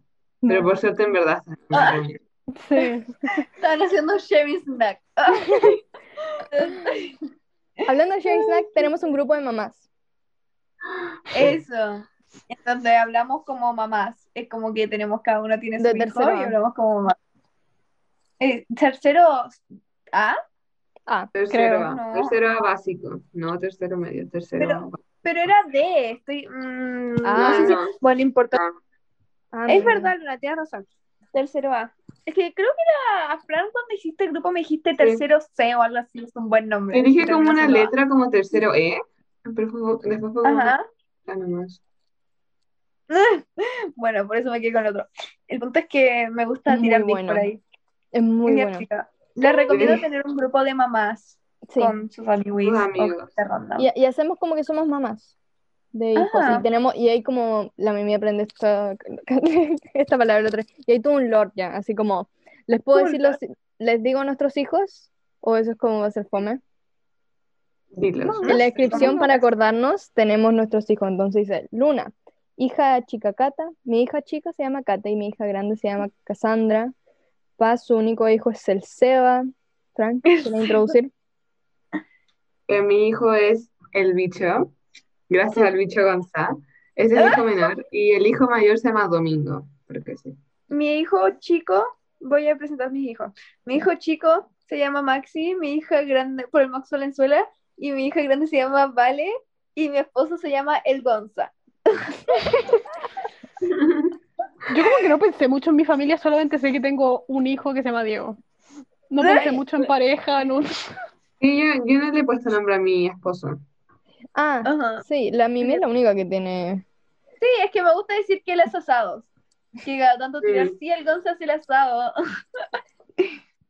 [SPEAKER 2] No.
[SPEAKER 3] Pero pues, por suerte en verdad están en
[SPEAKER 4] Ah.
[SPEAKER 3] el patio.
[SPEAKER 1] Sí.
[SPEAKER 4] Estaban haciendo shaving snack.
[SPEAKER 2] Hablando de Sharing Snack, tenemos un grupo de mamás.
[SPEAKER 4] Eso. Entonces hablamos como mamás. Es como que tenemos cada una tiene su
[SPEAKER 2] De
[SPEAKER 4] hijo
[SPEAKER 2] tercero
[SPEAKER 4] y
[SPEAKER 2] A.
[SPEAKER 4] hablamos como mamás. Eh, tercero A,
[SPEAKER 2] Ah,
[SPEAKER 3] Tercero
[SPEAKER 1] Creo,
[SPEAKER 3] A.
[SPEAKER 4] no.
[SPEAKER 3] Tercero A básico. No, tercero medio, tercero
[SPEAKER 4] Pero-
[SPEAKER 3] A.
[SPEAKER 4] pero era D. Estoy. mm,
[SPEAKER 2] Ah,
[SPEAKER 4] no sé si- Bueno, no importa.
[SPEAKER 2] ah,
[SPEAKER 4] Es
[SPEAKER 2] no.
[SPEAKER 4] verdad, Luna, tienes razón. Tercero A. Es que creo que era a Fran cuando hiciste el grupo me dijiste tercero C o algo así, es un buen nombre.
[SPEAKER 3] Te dije como
[SPEAKER 4] Terminó
[SPEAKER 3] una
[SPEAKER 4] siendo A.
[SPEAKER 3] letra como tercero E. Pero fue- después fue como
[SPEAKER 4] Ajá.
[SPEAKER 3] Ah, nomás.
[SPEAKER 4] Bueno, por eso me quedé con el otro. El punto es que me gusta
[SPEAKER 2] Muy
[SPEAKER 4] tirar tips
[SPEAKER 2] bueno.
[SPEAKER 4] por ahí.
[SPEAKER 2] Es muy
[SPEAKER 4] Es mi
[SPEAKER 2] bueno.
[SPEAKER 4] chica. Les recomiendo
[SPEAKER 3] Sí.
[SPEAKER 4] tener un grupo de mamás
[SPEAKER 2] Sí.
[SPEAKER 4] con sus amigos.
[SPEAKER 3] Sus amigos.
[SPEAKER 4] este
[SPEAKER 2] Y, y hacemos como que somos mamás de hijos.
[SPEAKER 4] Ah.
[SPEAKER 2] Y tenemos, y hay como, la mimi aprende esta, esta palabra la otra. vez. Y hay todo un lore ya, así como, ¿les puedo
[SPEAKER 4] Un
[SPEAKER 2] decir los, les digo a nuestros hijos? ¿O eso es como va a ser fome?
[SPEAKER 3] Dilos.
[SPEAKER 2] En la descripción para acordarnos tenemos nuestros hijos. Entonces dice, Luna, hija chica Cata, mi hija chica se llama Cata y mi hija grande se llama Cassandra. Paz, su único hijo es el Seba. Frank, ¿quieres introducir?
[SPEAKER 3] que Eh, mi hijo es el bicho, gracias al bicho Gonzá. Es el hijo
[SPEAKER 4] Ah.
[SPEAKER 3] menor y el hijo mayor se llama Domingo, porque sí.
[SPEAKER 4] Mi hijo chico, voy a presentar a mis hijos. Mi hijo chico se llama Maxi, mi hija grande, por el Max Valenzuela, y mi hija grande se llama Vale, y mi esposo se llama El Gonza.
[SPEAKER 1] Yo como que no pensé mucho en mi familia, solamente sé que tengo un hijo que se llama Diego. No pensé mucho en pareja, en un...
[SPEAKER 3] Y yo, yo no le he puesto nombre a mi esposo.
[SPEAKER 2] Ah, sí, la mimi es la única que tiene.
[SPEAKER 4] Sí, es que me gusta decir que los asados. Que cada tanto tirar,
[SPEAKER 3] Sí.
[SPEAKER 4] sí, el Gonza hace el asado.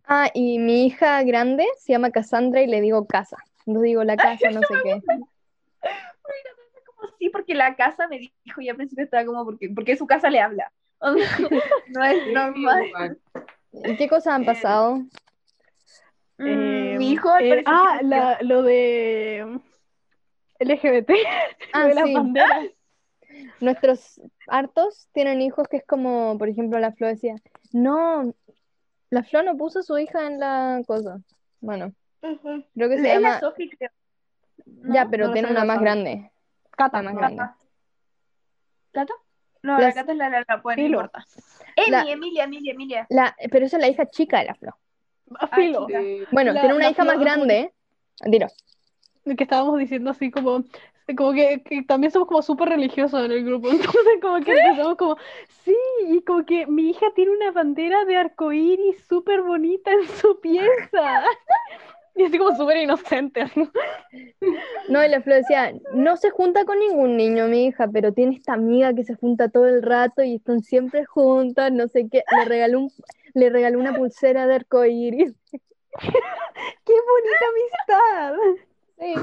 [SPEAKER 2] Ah, y mi hija grande se llama Cassandra y le digo casa. Entonces digo la casa, no sé qué.
[SPEAKER 4] como sí, porque la casa me dijo, y al principio estaba como, porque, porque su casa le habla. O sea, no es normal.
[SPEAKER 2] ¿Y ¿Qué cosas han pasado?
[SPEAKER 4] Mm,
[SPEAKER 1] Eh,
[SPEAKER 4] Mi hijo, al
[SPEAKER 1] eh,
[SPEAKER 4] parecer,
[SPEAKER 1] ah,
[SPEAKER 4] creció.
[SPEAKER 1] la- lo de LGBT, lo
[SPEAKER 2] Ah,
[SPEAKER 1] de las
[SPEAKER 2] sí.
[SPEAKER 1] banderas.
[SPEAKER 2] Nuestros hartos tienen hijos que es como, por ejemplo, la Flo decía, no, la Flo no puso a su hija en la cosa. Bueno,
[SPEAKER 4] Ujú.
[SPEAKER 2] creo que se
[SPEAKER 4] Es la
[SPEAKER 2] llama...
[SPEAKER 4] Sofi, creo.
[SPEAKER 2] Ya,
[SPEAKER 4] ¿no?
[SPEAKER 2] pero
[SPEAKER 1] no
[SPEAKER 2] tiene
[SPEAKER 1] soy
[SPEAKER 2] una
[SPEAKER 1] la
[SPEAKER 2] más
[SPEAKER 1] Sofi.
[SPEAKER 2] grande. La más grande.
[SPEAKER 4] ¿Cata? No,
[SPEAKER 2] Las-
[SPEAKER 4] la Cata es la, la, la, pues, no
[SPEAKER 1] Filo.
[SPEAKER 4] importa. Emi,
[SPEAKER 2] La-
[SPEAKER 4] Emilia, Emilia, Emilia.
[SPEAKER 2] La, pero esa es la hija chica de la Flo.
[SPEAKER 1] A filo.
[SPEAKER 4] chica.
[SPEAKER 2] Bueno,
[SPEAKER 1] La-
[SPEAKER 2] tiene una
[SPEAKER 1] la
[SPEAKER 2] hija más
[SPEAKER 1] Flo es como
[SPEAKER 2] grande. Dilo.
[SPEAKER 1] que estábamos diciendo así como, como que, que también somos como súper religiosos en el grupo, entonces como que empezamos como, sí, y como que mi hija tiene una bandera de arcoíris súper bonita en su pieza. Y así como súper inocente. así.
[SPEAKER 2] No, y la Flo decía, no se junta con ningún niño, mi hija, pero tiene esta amiga que se junta todo el rato y están siempre juntas, no sé qué. Le regaló, un- le regaló una pulsera de arcoíris.
[SPEAKER 1] ¡Qué bonita amistad!
[SPEAKER 2] Sí.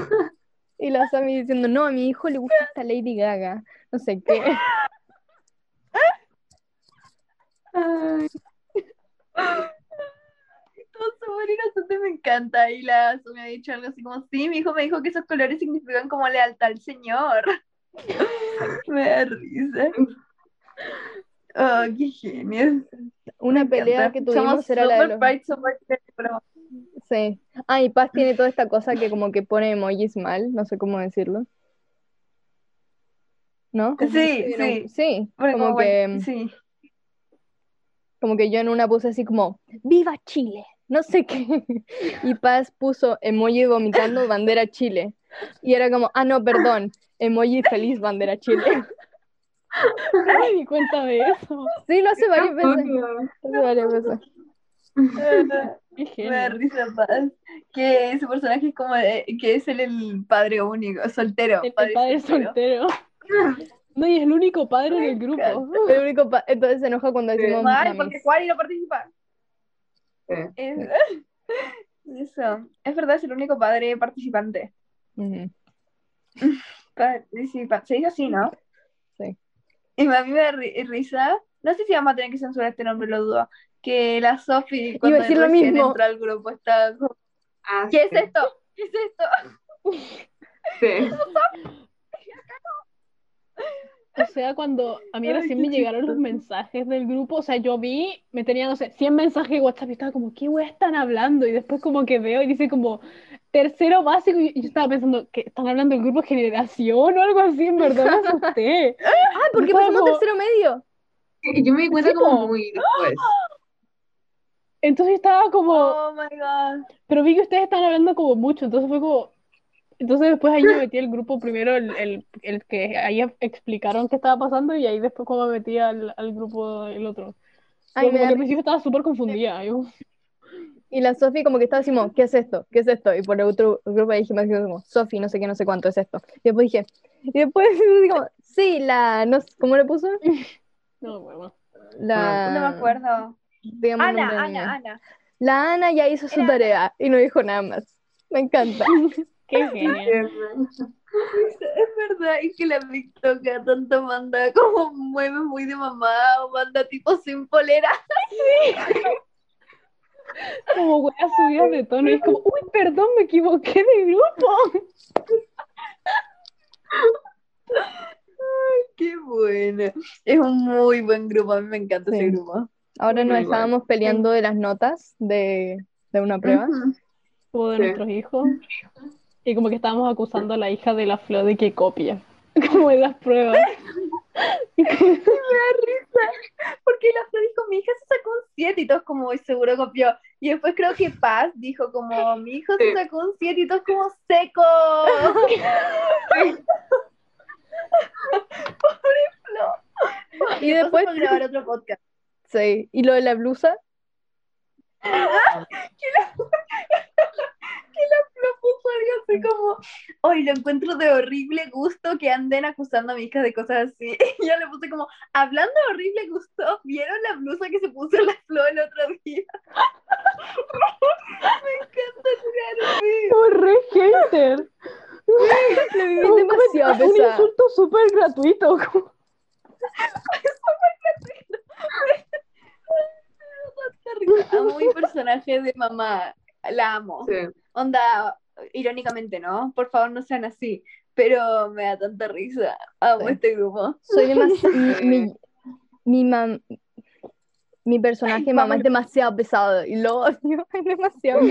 [SPEAKER 2] Y la Sammy diciendo, no, a mi hijo le gusta esta Lady Gaga, no sé qué.
[SPEAKER 4] Todo súper inocente, me encanta. Y la Sofi me ha dicho algo así como, sí, mi hijo me dijo que esos colores significan como lealtad al Señor. me da risa. Oh, qué genio.
[SPEAKER 2] Una
[SPEAKER 4] Me
[SPEAKER 2] pelea
[SPEAKER 4] encanta.
[SPEAKER 2] que tuvimos
[SPEAKER 4] Somos
[SPEAKER 2] era la de
[SPEAKER 4] super
[SPEAKER 2] los...
[SPEAKER 4] bright, super creative, pero-
[SPEAKER 2] Sí. Ah, y Paz tiene toda esta cosa que como que pone emojis mal, no sé cómo decirlo. ¿No?
[SPEAKER 4] Sí,
[SPEAKER 2] Pero-
[SPEAKER 4] sí.
[SPEAKER 2] Sí,
[SPEAKER 4] Bueno,
[SPEAKER 2] como
[SPEAKER 4] bueno,
[SPEAKER 2] que,
[SPEAKER 4] sí.
[SPEAKER 2] como que yo en una puse así como, ¡Viva Chile! No sé qué. Y Paz puso emoji vomitando bandera Chile. Y era como, ah, no, perdón, emoji feliz bandera Chile.
[SPEAKER 1] No me di cuenta de eso.
[SPEAKER 2] Sí, lo hace varias veces.
[SPEAKER 3] Estúpido.
[SPEAKER 2] lo hace varias veces. mm,
[SPEAKER 1] ¡Qué
[SPEAKER 4] Me da
[SPEAKER 1] genio!
[SPEAKER 4] risa Paz, que su personaje es como de- que es el, el padre único, soltero,
[SPEAKER 1] El- El, padre soltero. No, y es el único padre en el grupo.
[SPEAKER 2] El único pa- Entonces se enoja cuando decimos
[SPEAKER 4] Mal,
[SPEAKER 2] mamis.
[SPEAKER 4] porque Juan no participa.
[SPEAKER 3] Sí.
[SPEAKER 4] Es- Eso. Es verdad, es el único padre participante.
[SPEAKER 2] Ujú.
[SPEAKER 4] Participa. Se dice así, ¿no?
[SPEAKER 2] Sí.
[SPEAKER 4] Y a mí me da ri- risa. No sé si vamos a tener que censurar este nombre, lo dudo. Que la Sofi, cuando
[SPEAKER 2] decir lo
[SPEAKER 4] recién
[SPEAKER 2] mismo.
[SPEAKER 4] entró al grupo, está como,
[SPEAKER 3] Ah,
[SPEAKER 4] ¿Qué es
[SPEAKER 3] sí.
[SPEAKER 4] esto? ¿Qué es
[SPEAKER 3] Sí.
[SPEAKER 4] esto?
[SPEAKER 1] O sea, cuando a mí
[SPEAKER 4] Ay,
[SPEAKER 1] recién
[SPEAKER 4] qué
[SPEAKER 1] me llegaron los
[SPEAKER 4] chistoso.
[SPEAKER 1] mensajes del grupo, o sea, yo vi, me tenía, no sé, 100 mensajes de WhatsApp y estaba como, ¿qué weá están hablando? Y después como que veo y dice como, tercero básico, y yo estaba pensando, que están hablando del grupo generación o algo así, en verdad me asusté.
[SPEAKER 2] Ah, porque
[SPEAKER 1] Yo estaba
[SPEAKER 2] pasamos
[SPEAKER 1] como-
[SPEAKER 2] tercero medio.
[SPEAKER 3] Sí, Yo me di cuenta
[SPEAKER 1] Sí,
[SPEAKER 3] como "Ah,
[SPEAKER 1] po.
[SPEAKER 3] muy después.
[SPEAKER 1] Entonces yo estaba como,
[SPEAKER 4] Oh my god.
[SPEAKER 1] pero vi que ustedes están hablando como mucho, entonces fue como, entonces después ahí me metí al grupo primero, el, el, el que ahí explicaron qué estaba pasando y ahí después como me metí al, al grupo el otro.
[SPEAKER 2] Ay,
[SPEAKER 1] Pero
[SPEAKER 2] me
[SPEAKER 1] como
[SPEAKER 2] da
[SPEAKER 1] que al principio estaba súper confundida, yo...
[SPEAKER 2] Y la Sofi como que estaba así como, ¿qué es esto? ¿Qué es esto? Y por el otro grupo dije más como, Sofi, no sé qué, no sé cuánto es esto. Y después dije, y después digo, sí, la, no, sé, ¿cómo le puso?
[SPEAKER 1] No, bueno.
[SPEAKER 2] La,
[SPEAKER 4] No me acuerdo.
[SPEAKER 2] digamos el nombre de
[SPEAKER 4] Ana,
[SPEAKER 2] la
[SPEAKER 4] Ana,
[SPEAKER 2] niña.
[SPEAKER 4] Ana.
[SPEAKER 2] La Ana ya hizo su
[SPEAKER 4] Era
[SPEAKER 2] tarea y no dijo nada más. Me encanta.
[SPEAKER 1] Qué genial.
[SPEAKER 4] Es verdad, es que la TikToker tanto manda como mueve muy de mamá o manda tipo sin polera.
[SPEAKER 1] Como weas subidas de tono. Y es como, uy, perdón, me equivoqué de grupo.
[SPEAKER 4] Qué bueno. Es un muy buen grupo, a mí me encanta
[SPEAKER 2] Sí.
[SPEAKER 4] ese grupo.
[SPEAKER 2] Ahora nos
[SPEAKER 3] Muy
[SPEAKER 2] estábamos peleando de las notas de, de una prueba.
[SPEAKER 1] Como de
[SPEAKER 3] Sí.
[SPEAKER 1] nuestros hijos. Y como que estábamos acusando a la hija de la flor de que copia. Como en las pruebas. Y como-
[SPEAKER 4] Porque la Flo dijo, mi hija se sacó un 7 y todos como, "Ay, seguro copió. Y después creo que Paz dijo como, mi hijo se
[SPEAKER 3] Sí.
[SPEAKER 4] sacó un 7 y todos como seco.
[SPEAKER 2] Y después,
[SPEAKER 4] Vamos a grabar otro podcast.
[SPEAKER 2] sí, y lo de la blusa,
[SPEAKER 4] Lo puso yo fui como, hoy lo encuentro de horrible gusto que anden acusando a mi hija de cosas así. Y yo le puse como, hablando de horrible gusto, ¿vieron la blusa que se puso la flor el otro día? Me encanta jugar, sí.
[SPEAKER 1] Como re hater.
[SPEAKER 2] Le viví
[SPEAKER 1] Como un
[SPEAKER 2] demasiado
[SPEAKER 1] comentario- un
[SPEAKER 2] pesada.
[SPEAKER 1] insulto súper gratuito. como-
[SPEAKER 4] Amo mi personaje de mamá, la amo.
[SPEAKER 3] Sí.
[SPEAKER 4] Onda, irónicamente, ¿no? Por favor, no sean así. Pero me da tanta risa. Amo
[SPEAKER 2] Sí.
[SPEAKER 4] este grupo.
[SPEAKER 2] Soy demasiado. mi, mi, mi mam- mi personaje mamá es demasiado pesado y lo odio. Es demasiado.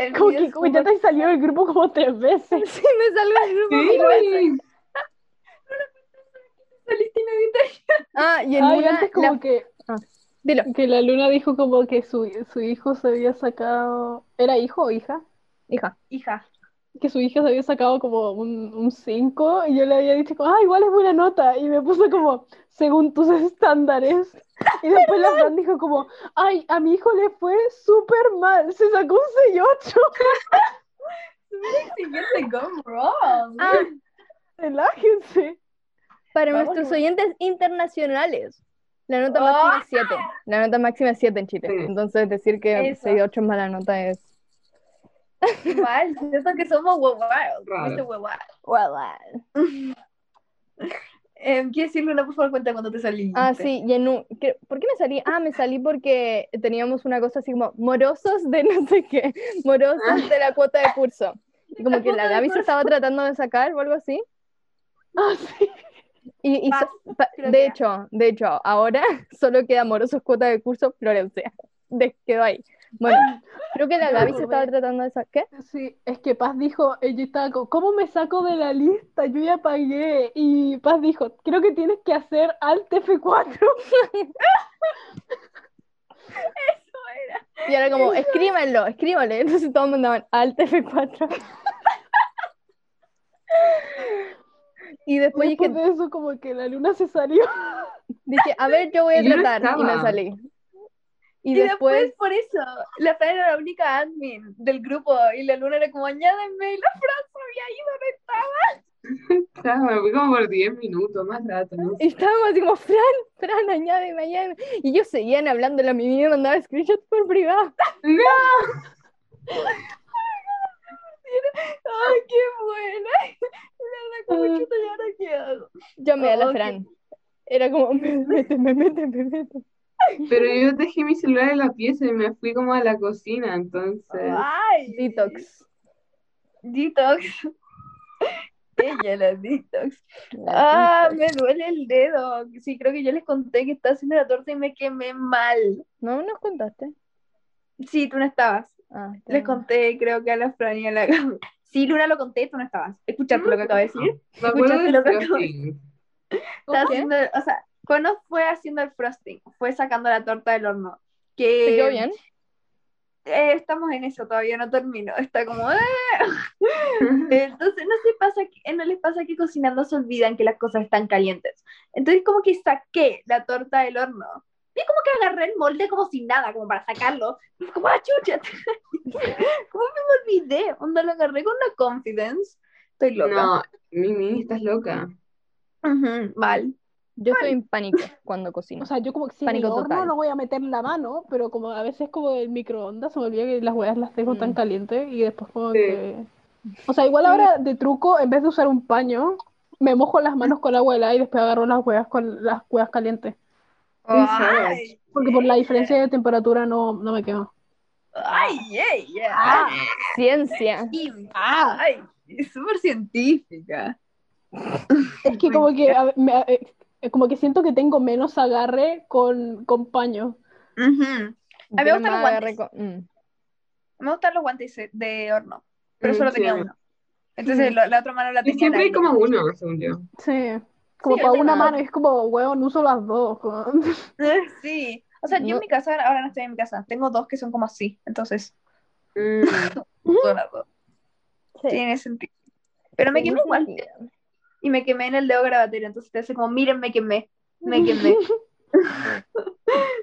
[SPEAKER 4] El
[SPEAKER 1] Como
[SPEAKER 4] mío
[SPEAKER 1] que
[SPEAKER 4] es
[SPEAKER 1] como ya te has salido del grupo como tres veces.
[SPEAKER 2] Sí, me salgo del grupo mil veces.
[SPEAKER 3] Sí.
[SPEAKER 4] Celestina Vita.
[SPEAKER 2] Ah, y en
[SPEAKER 1] Ay,
[SPEAKER 2] una.
[SPEAKER 1] antes como
[SPEAKER 2] la-
[SPEAKER 1] que, ah,
[SPEAKER 2] dilo.
[SPEAKER 1] que la luna dijo como que su, su hijo se había sacado... ¿Era hijo o hija?
[SPEAKER 2] Hija.
[SPEAKER 4] Hija.
[SPEAKER 1] Que su hija se había sacado como un 5 y yo le había dicho como, ah, igual es buena nota. Y me puso como, según tus estándares. Y después la Fran dijo como, ay, a mi hijo le fue súper mal. Se sacó un 6-8.
[SPEAKER 4] Siguiente este Gone Wrong.
[SPEAKER 2] Ah,
[SPEAKER 1] Relájense.
[SPEAKER 2] para
[SPEAKER 4] Vamos,
[SPEAKER 2] nuestros
[SPEAKER 4] Lu-
[SPEAKER 2] oyentes internacionales. La nota
[SPEAKER 4] Oh.
[SPEAKER 2] máxima es 7. La nota máxima es 7 en Chile.
[SPEAKER 3] Sí.
[SPEAKER 2] Entonces decir que
[SPEAKER 4] Eso.
[SPEAKER 2] 6 8 es mala nota es.
[SPEAKER 4] Igual, siento que somos huevados.
[SPEAKER 3] Raro.
[SPEAKER 4] Este huevado.
[SPEAKER 2] Well,
[SPEAKER 4] Eh, ¿Quieres decirme una, por favor, cuenta cuando te salí?
[SPEAKER 2] Ah, sí, y en un- que- ¿por qué me salí? Ah, me salí porque teníamos una cosa así como morosos de no sé qué, morosos de la cuota de curso. Y como
[SPEAKER 4] La
[SPEAKER 2] que la
[SPEAKER 4] cuota de
[SPEAKER 2] Gaby se
[SPEAKER 4] curso.
[SPEAKER 2] estaba tratando de sacar o algo así.
[SPEAKER 1] Ah, sí.
[SPEAKER 2] Y, y
[SPEAKER 4] Vas,
[SPEAKER 2] so- pa-
[SPEAKER 4] creo
[SPEAKER 2] de
[SPEAKER 4] que-
[SPEAKER 2] hecho, de hecho, ahora solo queda morosos cuota de curso Florencia. De, quedó ahí. Bueno, creo que la
[SPEAKER 1] Yo
[SPEAKER 2] Gaby se
[SPEAKER 1] acordé.
[SPEAKER 2] estaba tratando de sacar. ¿Qué?
[SPEAKER 1] Sí, es que Paz dijo, ella estaba como, ¿cómo me saco de la lista? Yo ya pagué. Y Paz dijo, creo que tienes que hacer al TF4.
[SPEAKER 2] Y era como, escríbanlo, escríbanlo. Entonces todos mandaban al TF4. Y después
[SPEAKER 1] Y
[SPEAKER 2] dije,
[SPEAKER 1] después de eso, como que la luna se salió.
[SPEAKER 2] Dije, a ver, yo voy a
[SPEAKER 3] Y yo no
[SPEAKER 2] tratar. y me
[SPEAKER 3] estaba.
[SPEAKER 2] salí. Y,
[SPEAKER 4] Y,
[SPEAKER 2] después,
[SPEAKER 4] después, por eso, la Fran era la única admin del grupo y la Luna era como, añádenme, y la Fran se había ido, no estaba.
[SPEAKER 3] Estaba, fui como por 10 minutos, más rato, no sé.
[SPEAKER 2] estábamos así como, Fran, Fran, añádeme, añádeme. Y ellos seguían hablándole a mi vida, mandaba screenshots por privado.
[SPEAKER 4] ¡Ay, qué buena! Y la Luna
[SPEAKER 2] Ah.
[SPEAKER 4] como, chuta, ¿y ahora qué hago?
[SPEAKER 2] Llamé a la
[SPEAKER 4] Ok.
[SPEAKER 2] Fran. Era como, méteme, méteme, méteme.
[SPEAKER 3] Pero yo dejé mi celular en la pieza y me fui como a la cocina, entonces.
[SPEAKER 4] Ah, ¡Ay!
[SPEAKER 2] Detox.
[SPEAKER 4] Detox. Ella, la detox.
[SPEAKER 2] La
[SPEAKER 4] ¡Ah,
[SPEAKER 2] detox.
[SPEAKER 4] me duele el dedo! Sí, creo que yo les conté que estaba haciendo la torta y me quemé mal.
[SPEAKER 2] No nos contaste.
[SPEAKER 4] Sí, tú no estabas.
[SPEAKER 2] Ah, está
[SPEAKER 4] Les
[SPEAKER 2] bien.
[SPEAKER 4] conté, creo que a la Fran y a la Gaby. Sí, Luna lo conté, tú no estabas. ¿Escuchaste
[SPEAKER 2] Mm.
[SPEAKER 4] lo que acabo de decir?
[SPEAKER 3] Me acuerdo
[SPEAKER 4] Escuchaste
[SPEAKER 3] del
[SPEAKER 4] lo que acabo de
[SPEAKER 3] frosting.
[SPEAKER 2] ¿Qué?
[SPEAKER 4] Estaba haciendo, o sea, cuando fue haciendo el frosting, fue sacando la torta del horno.
[SPEAKER 2] ¿Te
[SPEAKER 4] Que
[SPEAKER 2] quedó bien?
[SPEAKER 4] eh, estamos en eso, todavía no termino. Está como, "Ah". Entonces, no, se pasa que, eh, no les pasa que cocinando se olvidan que las cosas están calientes. Entonces, como que saqué la torta del horno. Y como que agarré el molde como sin nada, como para sacarlo. Y fue como, ¡ah, chucha! ¿Cómo me lo olvidé? Onda, lo agarré con una confidence. Estoy loca.
[SPEAKER 3] No, Mimi, estás loca.
[SPEAKER 4] Ujú, mal.
[SPEAKER 2] Yo estoy en pánico cuando
[SPEAKER 1] O
[SPEAKER 2] cocino.
[SPEAKER 1] sea, yo como que si en el
[SPEAKER 2] Pánico
[SPEAKER 1] horno
[SPEAKER 2] total.
[SPEAKER 1] no voy a meter la mano, pero como a veces como el microondas se me olvida que las huevas las tengo tan
[SPEAKER 2] Mm.
[SPEAKER 1] calientes y después como
[SPEAKER 3] Sí.
[SPEAKER 1] que... O sea, igual ahora de truco, en vez de usar un paño, me mojo las manos con agua helada y después agarro las huevas con las huevas calientes.
[SPEAKER 4] ¡Ay!
[SPEAKER 1] Porque por la diferencia de temperatura no, no me quemo.
[SPEAKER 4] ¡Ay, yeah, yeah.
[SPEAKER 2] Ciencia.
[SPEAKER 4] Sí. Ay, es súper científica.
[SPEAKER 1] Es que como que, a- me- a- eh, como que siento que tengo menos agarre con, con paño.
[SPEAKER 4] Ujú. A mí me
[SPEAKER 2] Yo
[SPEAKER 4] gustan los
[SPEAKER 2] nomás agarré
[SPEAKER 4] guantes.
[SPEAKER 2] con- mm.
[SPEAKER 4] Me gustan los guantes de horno, pero
[SPEAKER 3] Mm,
[SPEAKER 4] solo
[SPEAKER 3] sí,
[SPEAKER 4] tenía
[SPEAKER 3] a mí.
[SPEAKER 4] uno. Entonces lo- la otra mano la
[SPEAKER 3] Y
[SPEAKER 4] tenía.
[SPEAKER 3] siempre hay
[SPEAKER 4] nadie.
[SPEAKER 3] como uno, según yo.
[SPEAKER 1] Sí. Como
[SPEAKER 4] Sí,
[SPEAKER 1] para
[SPEAKER 4] es
[SPEAKER 1] una
[SPEAKER 4] verdad.
[SPEAKER 1] mano, es como, huevón, uso las dos. como-
[SPEAKER 4] Eh, Sí. O sea, yo
[SPEAKER 2] No.
[SPEAKER 4] en mi casa, ahora no estoy en mi casa, tengo dos que son como así. Entonces,
[SPEAKER 3] Mm,
[SPEAKER 4] son las dos.
[SPEAKER 2] Sí.
[SPEAKER 4] Tiene sentido. Pero me quemé
[SPEAKER 2] Tiene
[SPEAKER 4] igual.
[SPEAKER 2] sentido.
[SPEAKER 4] Y me quemé en el dedo grabatero. Entonces te hace como, miren, me quemé. Me quemé.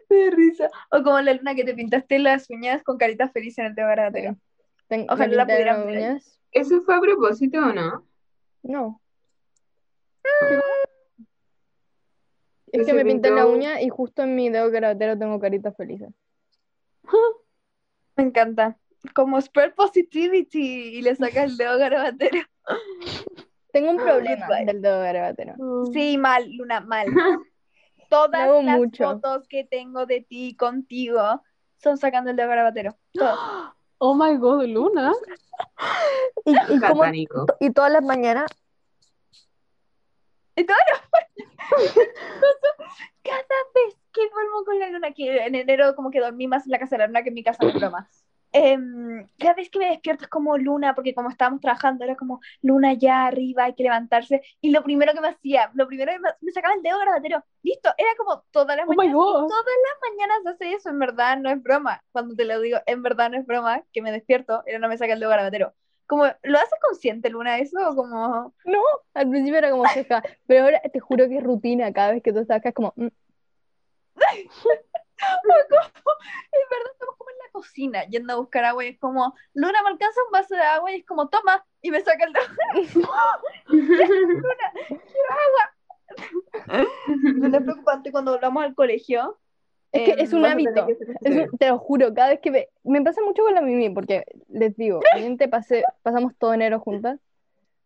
[SPEAKER 4] me da risa. O como la luna que te pintaste las uñas con caritas felices en el dedo grabatero.
[SPEAKER 2] Ten- me
[SPEAKER 4] Ojalá la
[SPEAKER 2] pintaron
[SPEAKER 4] pudieran ver ahí.
[SPEAKER 2] uñas.
[SPEAKER 3] ¿Eso fue a propósito o no?
[SPEAKER 2] No. Es
[SPEAKER 3] Se
[SPEAKER 2] que me pinté la
[SPEAKER 3] pintó-
[SPEAKER 2] uña y justo en mi dedo carotero tengo caritas felices.
[SPEAKER 4] Me encanta. Como spread positivity y le saca el dedo garabatero.
[SPEAKER 2] Tengo un problema
[SPEAKER 4] goodbye.
[SPEAKER 2] del dedo garabatero.
[SPEAKER 4] Sí, mal, Luna, mal. Todas
[SPEAKER 2] Luego
[SPEAKER 4] las
[SPEAKER 2] mucho.
[SPEAKER 4] fotos que tengo de ti y contigo son sacando el dedo garabatero. Todas.
[SPEAKER 1] Oh my god, Luna.
[SPEAKER 6] Y, y como-
[SPEAKER 3] Satánico.
[SPEAKER 6] y todas las mañanas.
[SPEAKER 4] Y todo lo- Cada vez que duermo con la luna, que en enero como que dormí más en la casa de la luna que en mi casa, no es broma. Em, cada vez que me despierto es como luna, porque como estábamos trabajando era como luna ya arriba, hay que levantarse. Y lo primero que me hacía, lo primero que me, me sacaba el dedo garabatero. Listo, era como todas las
[SPEAKER 1] Oh my
[SPEAKER 4] mañanas. y
[SPEAKER 1] God.
[SPEAKER 4] todas las mañanas hace eso, en verdad no es broma. Cuando te lo digo, en verdad no es broma, que me despierto, era no me saca el dedo garabatero. Como, ¿lo haces consciente, Luna, eso? O como...
[SPEAKER 2] Al principio era como ceja, pero ahora te juro que es rutina. Cada vez que tú estás acá es como, mm,
[SPEAKER 4] En verdad estamos como en la cocina yendo a buscar agua y es como, Luna me alcanza un vaso de agua y es como, toma, y me saca el dedo. Es preocupante cuando volvamos al colegio.
[SPEAKER 2] Es que
[SPEAKER 4] em,
[SPEAKER 2] es un
[SPEAKER 4] vas a tener
[SPEAKER 2] hábito.
[SPEAKER 4] que hacer
[SPEAKER 2] Es
[SPEAKER 4] ejercicio.
[SPEAKER 2] un- te lo juro, cada vez que me, me pasa mucho con la Mimi, porque les digo, ayer te pasé, pasamos todo enero juntas.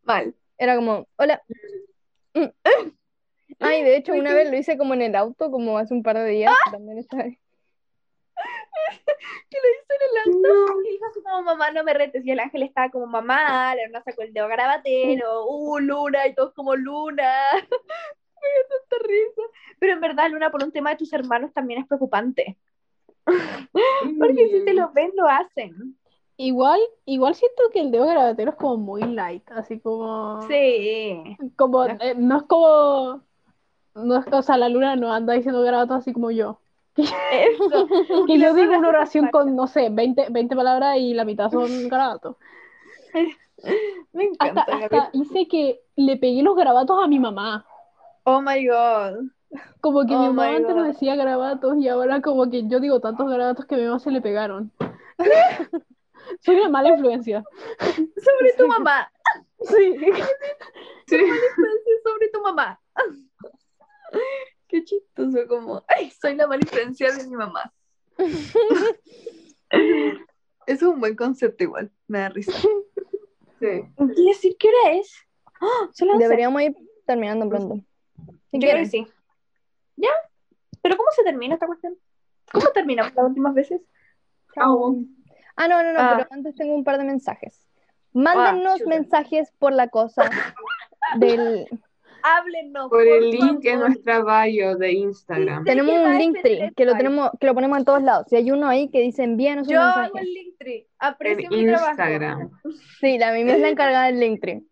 [SPEAKER 4] Mal.
[SPEAKER 2] Era como, hola. Mm. Ay, de hecho, una vez lo hice como en el auto, como hace un par de días. También estaba-
[SPEAKER 4] Que lo hizo en el auto. Y dijo así como, mamá, no me retes. Y el ángel estaba como, mamá, la luna sacó el dedo garabatero, uh, Luna, y todos como, Luna. Me dio tanta risa. Pero en verdad, Luna, por un tema de tus hermanos también es preocupante. Porque si te lo ven, lo hacen.
[SPEAKER 1] Igual, igual siento que el dedo grabatero es como muy light, así como,
[SPEAKER 4] Sí.
[SPEAKER 1] como
[SPEAKER 4] La-
[SPEAKER 1] eh, no es como, no es, o sea, la luna no anda diciendo garabato así como yo.
[SPEAKER 4] Eso.
[SPEAKER 1] Que
[SPEAKER 4] la
[SPEAKER 1] yo digo una
[SPEAKER 4] luna hace
[SPEAKER 1] oración
[SPEAKER 4] sus
[SPEAKER 1] con, no sé, 20, 20 palabras y la mitad son garabatos.
[SPEAKER 4] Me
[SPEAKER 1] Hasta,
[SPEAKER 4] encanta, Gabriel.
[SPEAKER 1] hasta hice que le pegué los garabatos a mi mamá.
[SPEAKER 4] Oh my god.
[SPEAKER 1] Como que mi
[SPEAKER 4] Oh
[SPEAKER 1] mamá
[SPEAKER 4] my
[SPEAKER 1] antes no
[SPEAKER 4] God.
[SPEAKER 1] decía garabatos y ahora como que yo digo tantos garabatos que a mi mamá se le pegaron. Soy una mala influencia.
[SPEAKER 4] Sobre tu mamá.
[SPEAKER 1] Sí.
[SPEAKER 3] Sí.
[SPEAKER 4] Influencia sobre tu mamá. Qué chistoso, como. Ay, soy la mala influencia de mi mamá. Eso es un buen concepto, igual. Me da risa.
[SPEAKER 3] Sí.
[SPEAKER 4] ¿Quiere decir qué hora es? ¡Ah! Son las once.
[SPEAKER 2] Deberíamos ir terminando pronto. Si
[SPEAKER 4] Yo creo que
[SPEAKER 2] quieren.
[SPEAKER 4] sí. ¿Ya? ¿Pero cómo se termina esta cuestión? ¿Cómo terminamos las últimas veces?
[SPEAKER 2] Chao. Ah, no, no, no,
[SPEAKER 4] Ah.
[SPEAKER 2] pero antes tengo un par de mensajes. Mándennos
[SPEAKER 4] chuta.
[SPEAKER 2] mensajes por la cosa del...
[SPEAKER 4] Háblenos.
[SPEAKER 3] Por el
[SPEAKER 4] favor.
[SPEAKER 3] link en nuestra bio de Instagram.
[SPEAKER 2] Tenemos
[SPEAKER 4] que va
[SPEAKER 2] un
[SPEAKER 4] a
[SPEAKER 2] link tree
[SPEAKER 4] ser
[SPEAKER 2] que lo,
[SPEAKER 4] Spotify.
[SPEAKER 2] tenemos, que lo ponemos en todos lados. Si hay uno ahí que dice envíanos un
[SPEAKER 4] Yo hago
[SPEAKER 2] mensaje.
[SPEAKER 4] el Linktree.
[SPEAKER 3] En
[SPEAKER 4] Aprecio mi trabajo.
[SPEAKER 3] Instagram.
[SPEAKER 2] Sí, la Mimi es la encargada del link tree.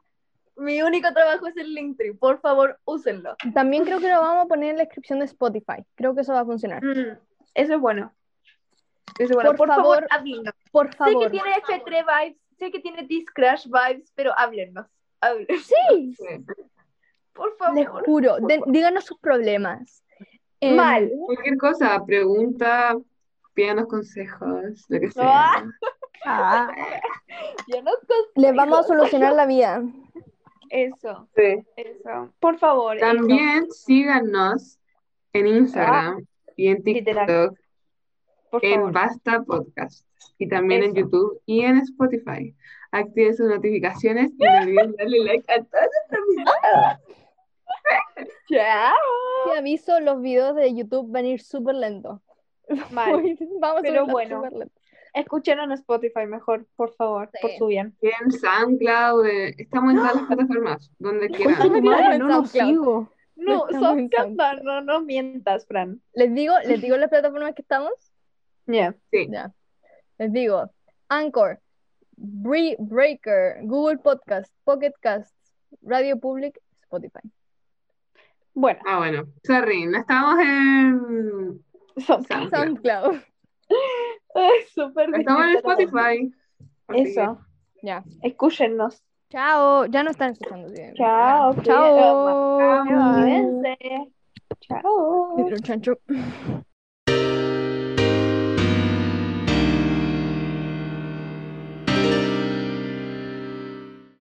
[SPEAKER 4] Mi único trabajo es el Linktree. Por favor, úsenlo.
[SPEAKER 2] También creo que lo vamos a poner en la descripción de Spotify. Creo que eso va a funcionar.
[SPEAKER 4] Mm, eso es bueno. Eso es bueno.
[SPEAKER 2] Por
[SPEAKER 4] Por, favor,
[SPEAKER 2] favor,
[SPEAKER 4] háblenos.
[SPEAKER 2] Por
[SPEAKER 4] Sé que
[SPEAKER 2] favor.
[SPEAKER 4] tiene F3 vibes, sé que tiene Discrash vibes, pero háblenos. Háblenos.
[SPEAKER 2] Sí,
[SPEAKER 3] Sí.
[SPEAKER 4] Por
[SPEAKER 2] les
[SPEAKER 4] favor.
[SPEAKER 2] juro. de- díganos sus problemas. Em,
[SPEAKER 4] Mal.
[SPEAKER 3] Cualquier cosa, pregunta, pídanos consejos, lo que sea.
[SPEAKER 4] Ah.
[SPEAKER 2] ah.
[SPEAKER 4] Yo no
[SPEAKER 2] Les vamos a solucionar la vida.
[SPEAKER 4] Eso,
[SPEAKER 3] Sí.
[SPEAKER 4] eso. Por favor. eso.
[SPEAKER 3] También síganos en Instagram y en
[SPEAKER 4] Ah. Literal.
[SPEAKER 3] TikTok,
[SPEAKER 4] Por
[SPEAKER 3] en
[SPEAKER 4] favor.
[SPEAKER 3] Basta Podcast y también en
[SPEAKER 4] Eso.
[SPEAKER 3] YouTube y en Spotify. Activen sus notificaciones y no olviden darle like a todas nuestras videos.
[SPEAKER 4] Chao.
[SPEAKER 2] Te aviso, los videos de YouTube van a ir súper lento.
[SPEAKER 4] Mal.
[SPEAKER 2] Vamos a
[SPEAKER 4] Pero
[SPEAKER 2] subirlos
[SPEAKER 4] bueno.
[SPEAKER 2] súper lento.
[SPEAKER 4] Escuchen en Spotify mejor, por favor,
[SPEAKER 2] Sí.
[SPEAKER 4] por su bien.
[SPEAKER 3] Y en SoundCloud, eh, estamos en todas las plataformas, donde
[SPEAKER 1] Concha
[SPEAKER 3] quieran.
[SPEAKER 1] tu madre, no nos
[SPEAKER 2] SoundCloud.
[SPEAKER 1] sigo.
[SPEAKER 4] No,
[SPEAKER 2] estamos en
[SPEAKER 4] Sofía, no, no mientas, Fran.
[SPEAKER 2] Les digo, les digo las plataformas que estamos.
[SPEAKER 4] Ya.
[SPEAKER 3] Sí.
[SPEAKER 2] Ya. Les digo, Anchor, Bre- Breaker, Google Podcast, Pocket Casts, Radio Public, Spotify.
[SPEAKER 4] Bueno,
[SPEAKER 3] Ah, bueno. Sorry, no estamos en
[SPEAKER 4] Sofía.
[SPEAKER 3] SoundCloud.
[SPEAKER 2] SoundCloud.
[SPEAKER 4] Ay, súper
[SPEAKER 3] Estamos en
[SPEAKER 4] distinta la
[SPEAKER 3] Spotify. Así que-
[SPEAKER 4] Eso.
[SPEAKER 2] Ya.
[SPEAKER 4] Escúchenos.
[SPEAKER 2] Chao, ya no están escuchando. sí.
[SPEAKER 4] Chao,
[SPEAKER 2] Chao.
[SPEAKER 4] cuídense. Chao.
[SPEAKER 2] Pedro Chancho.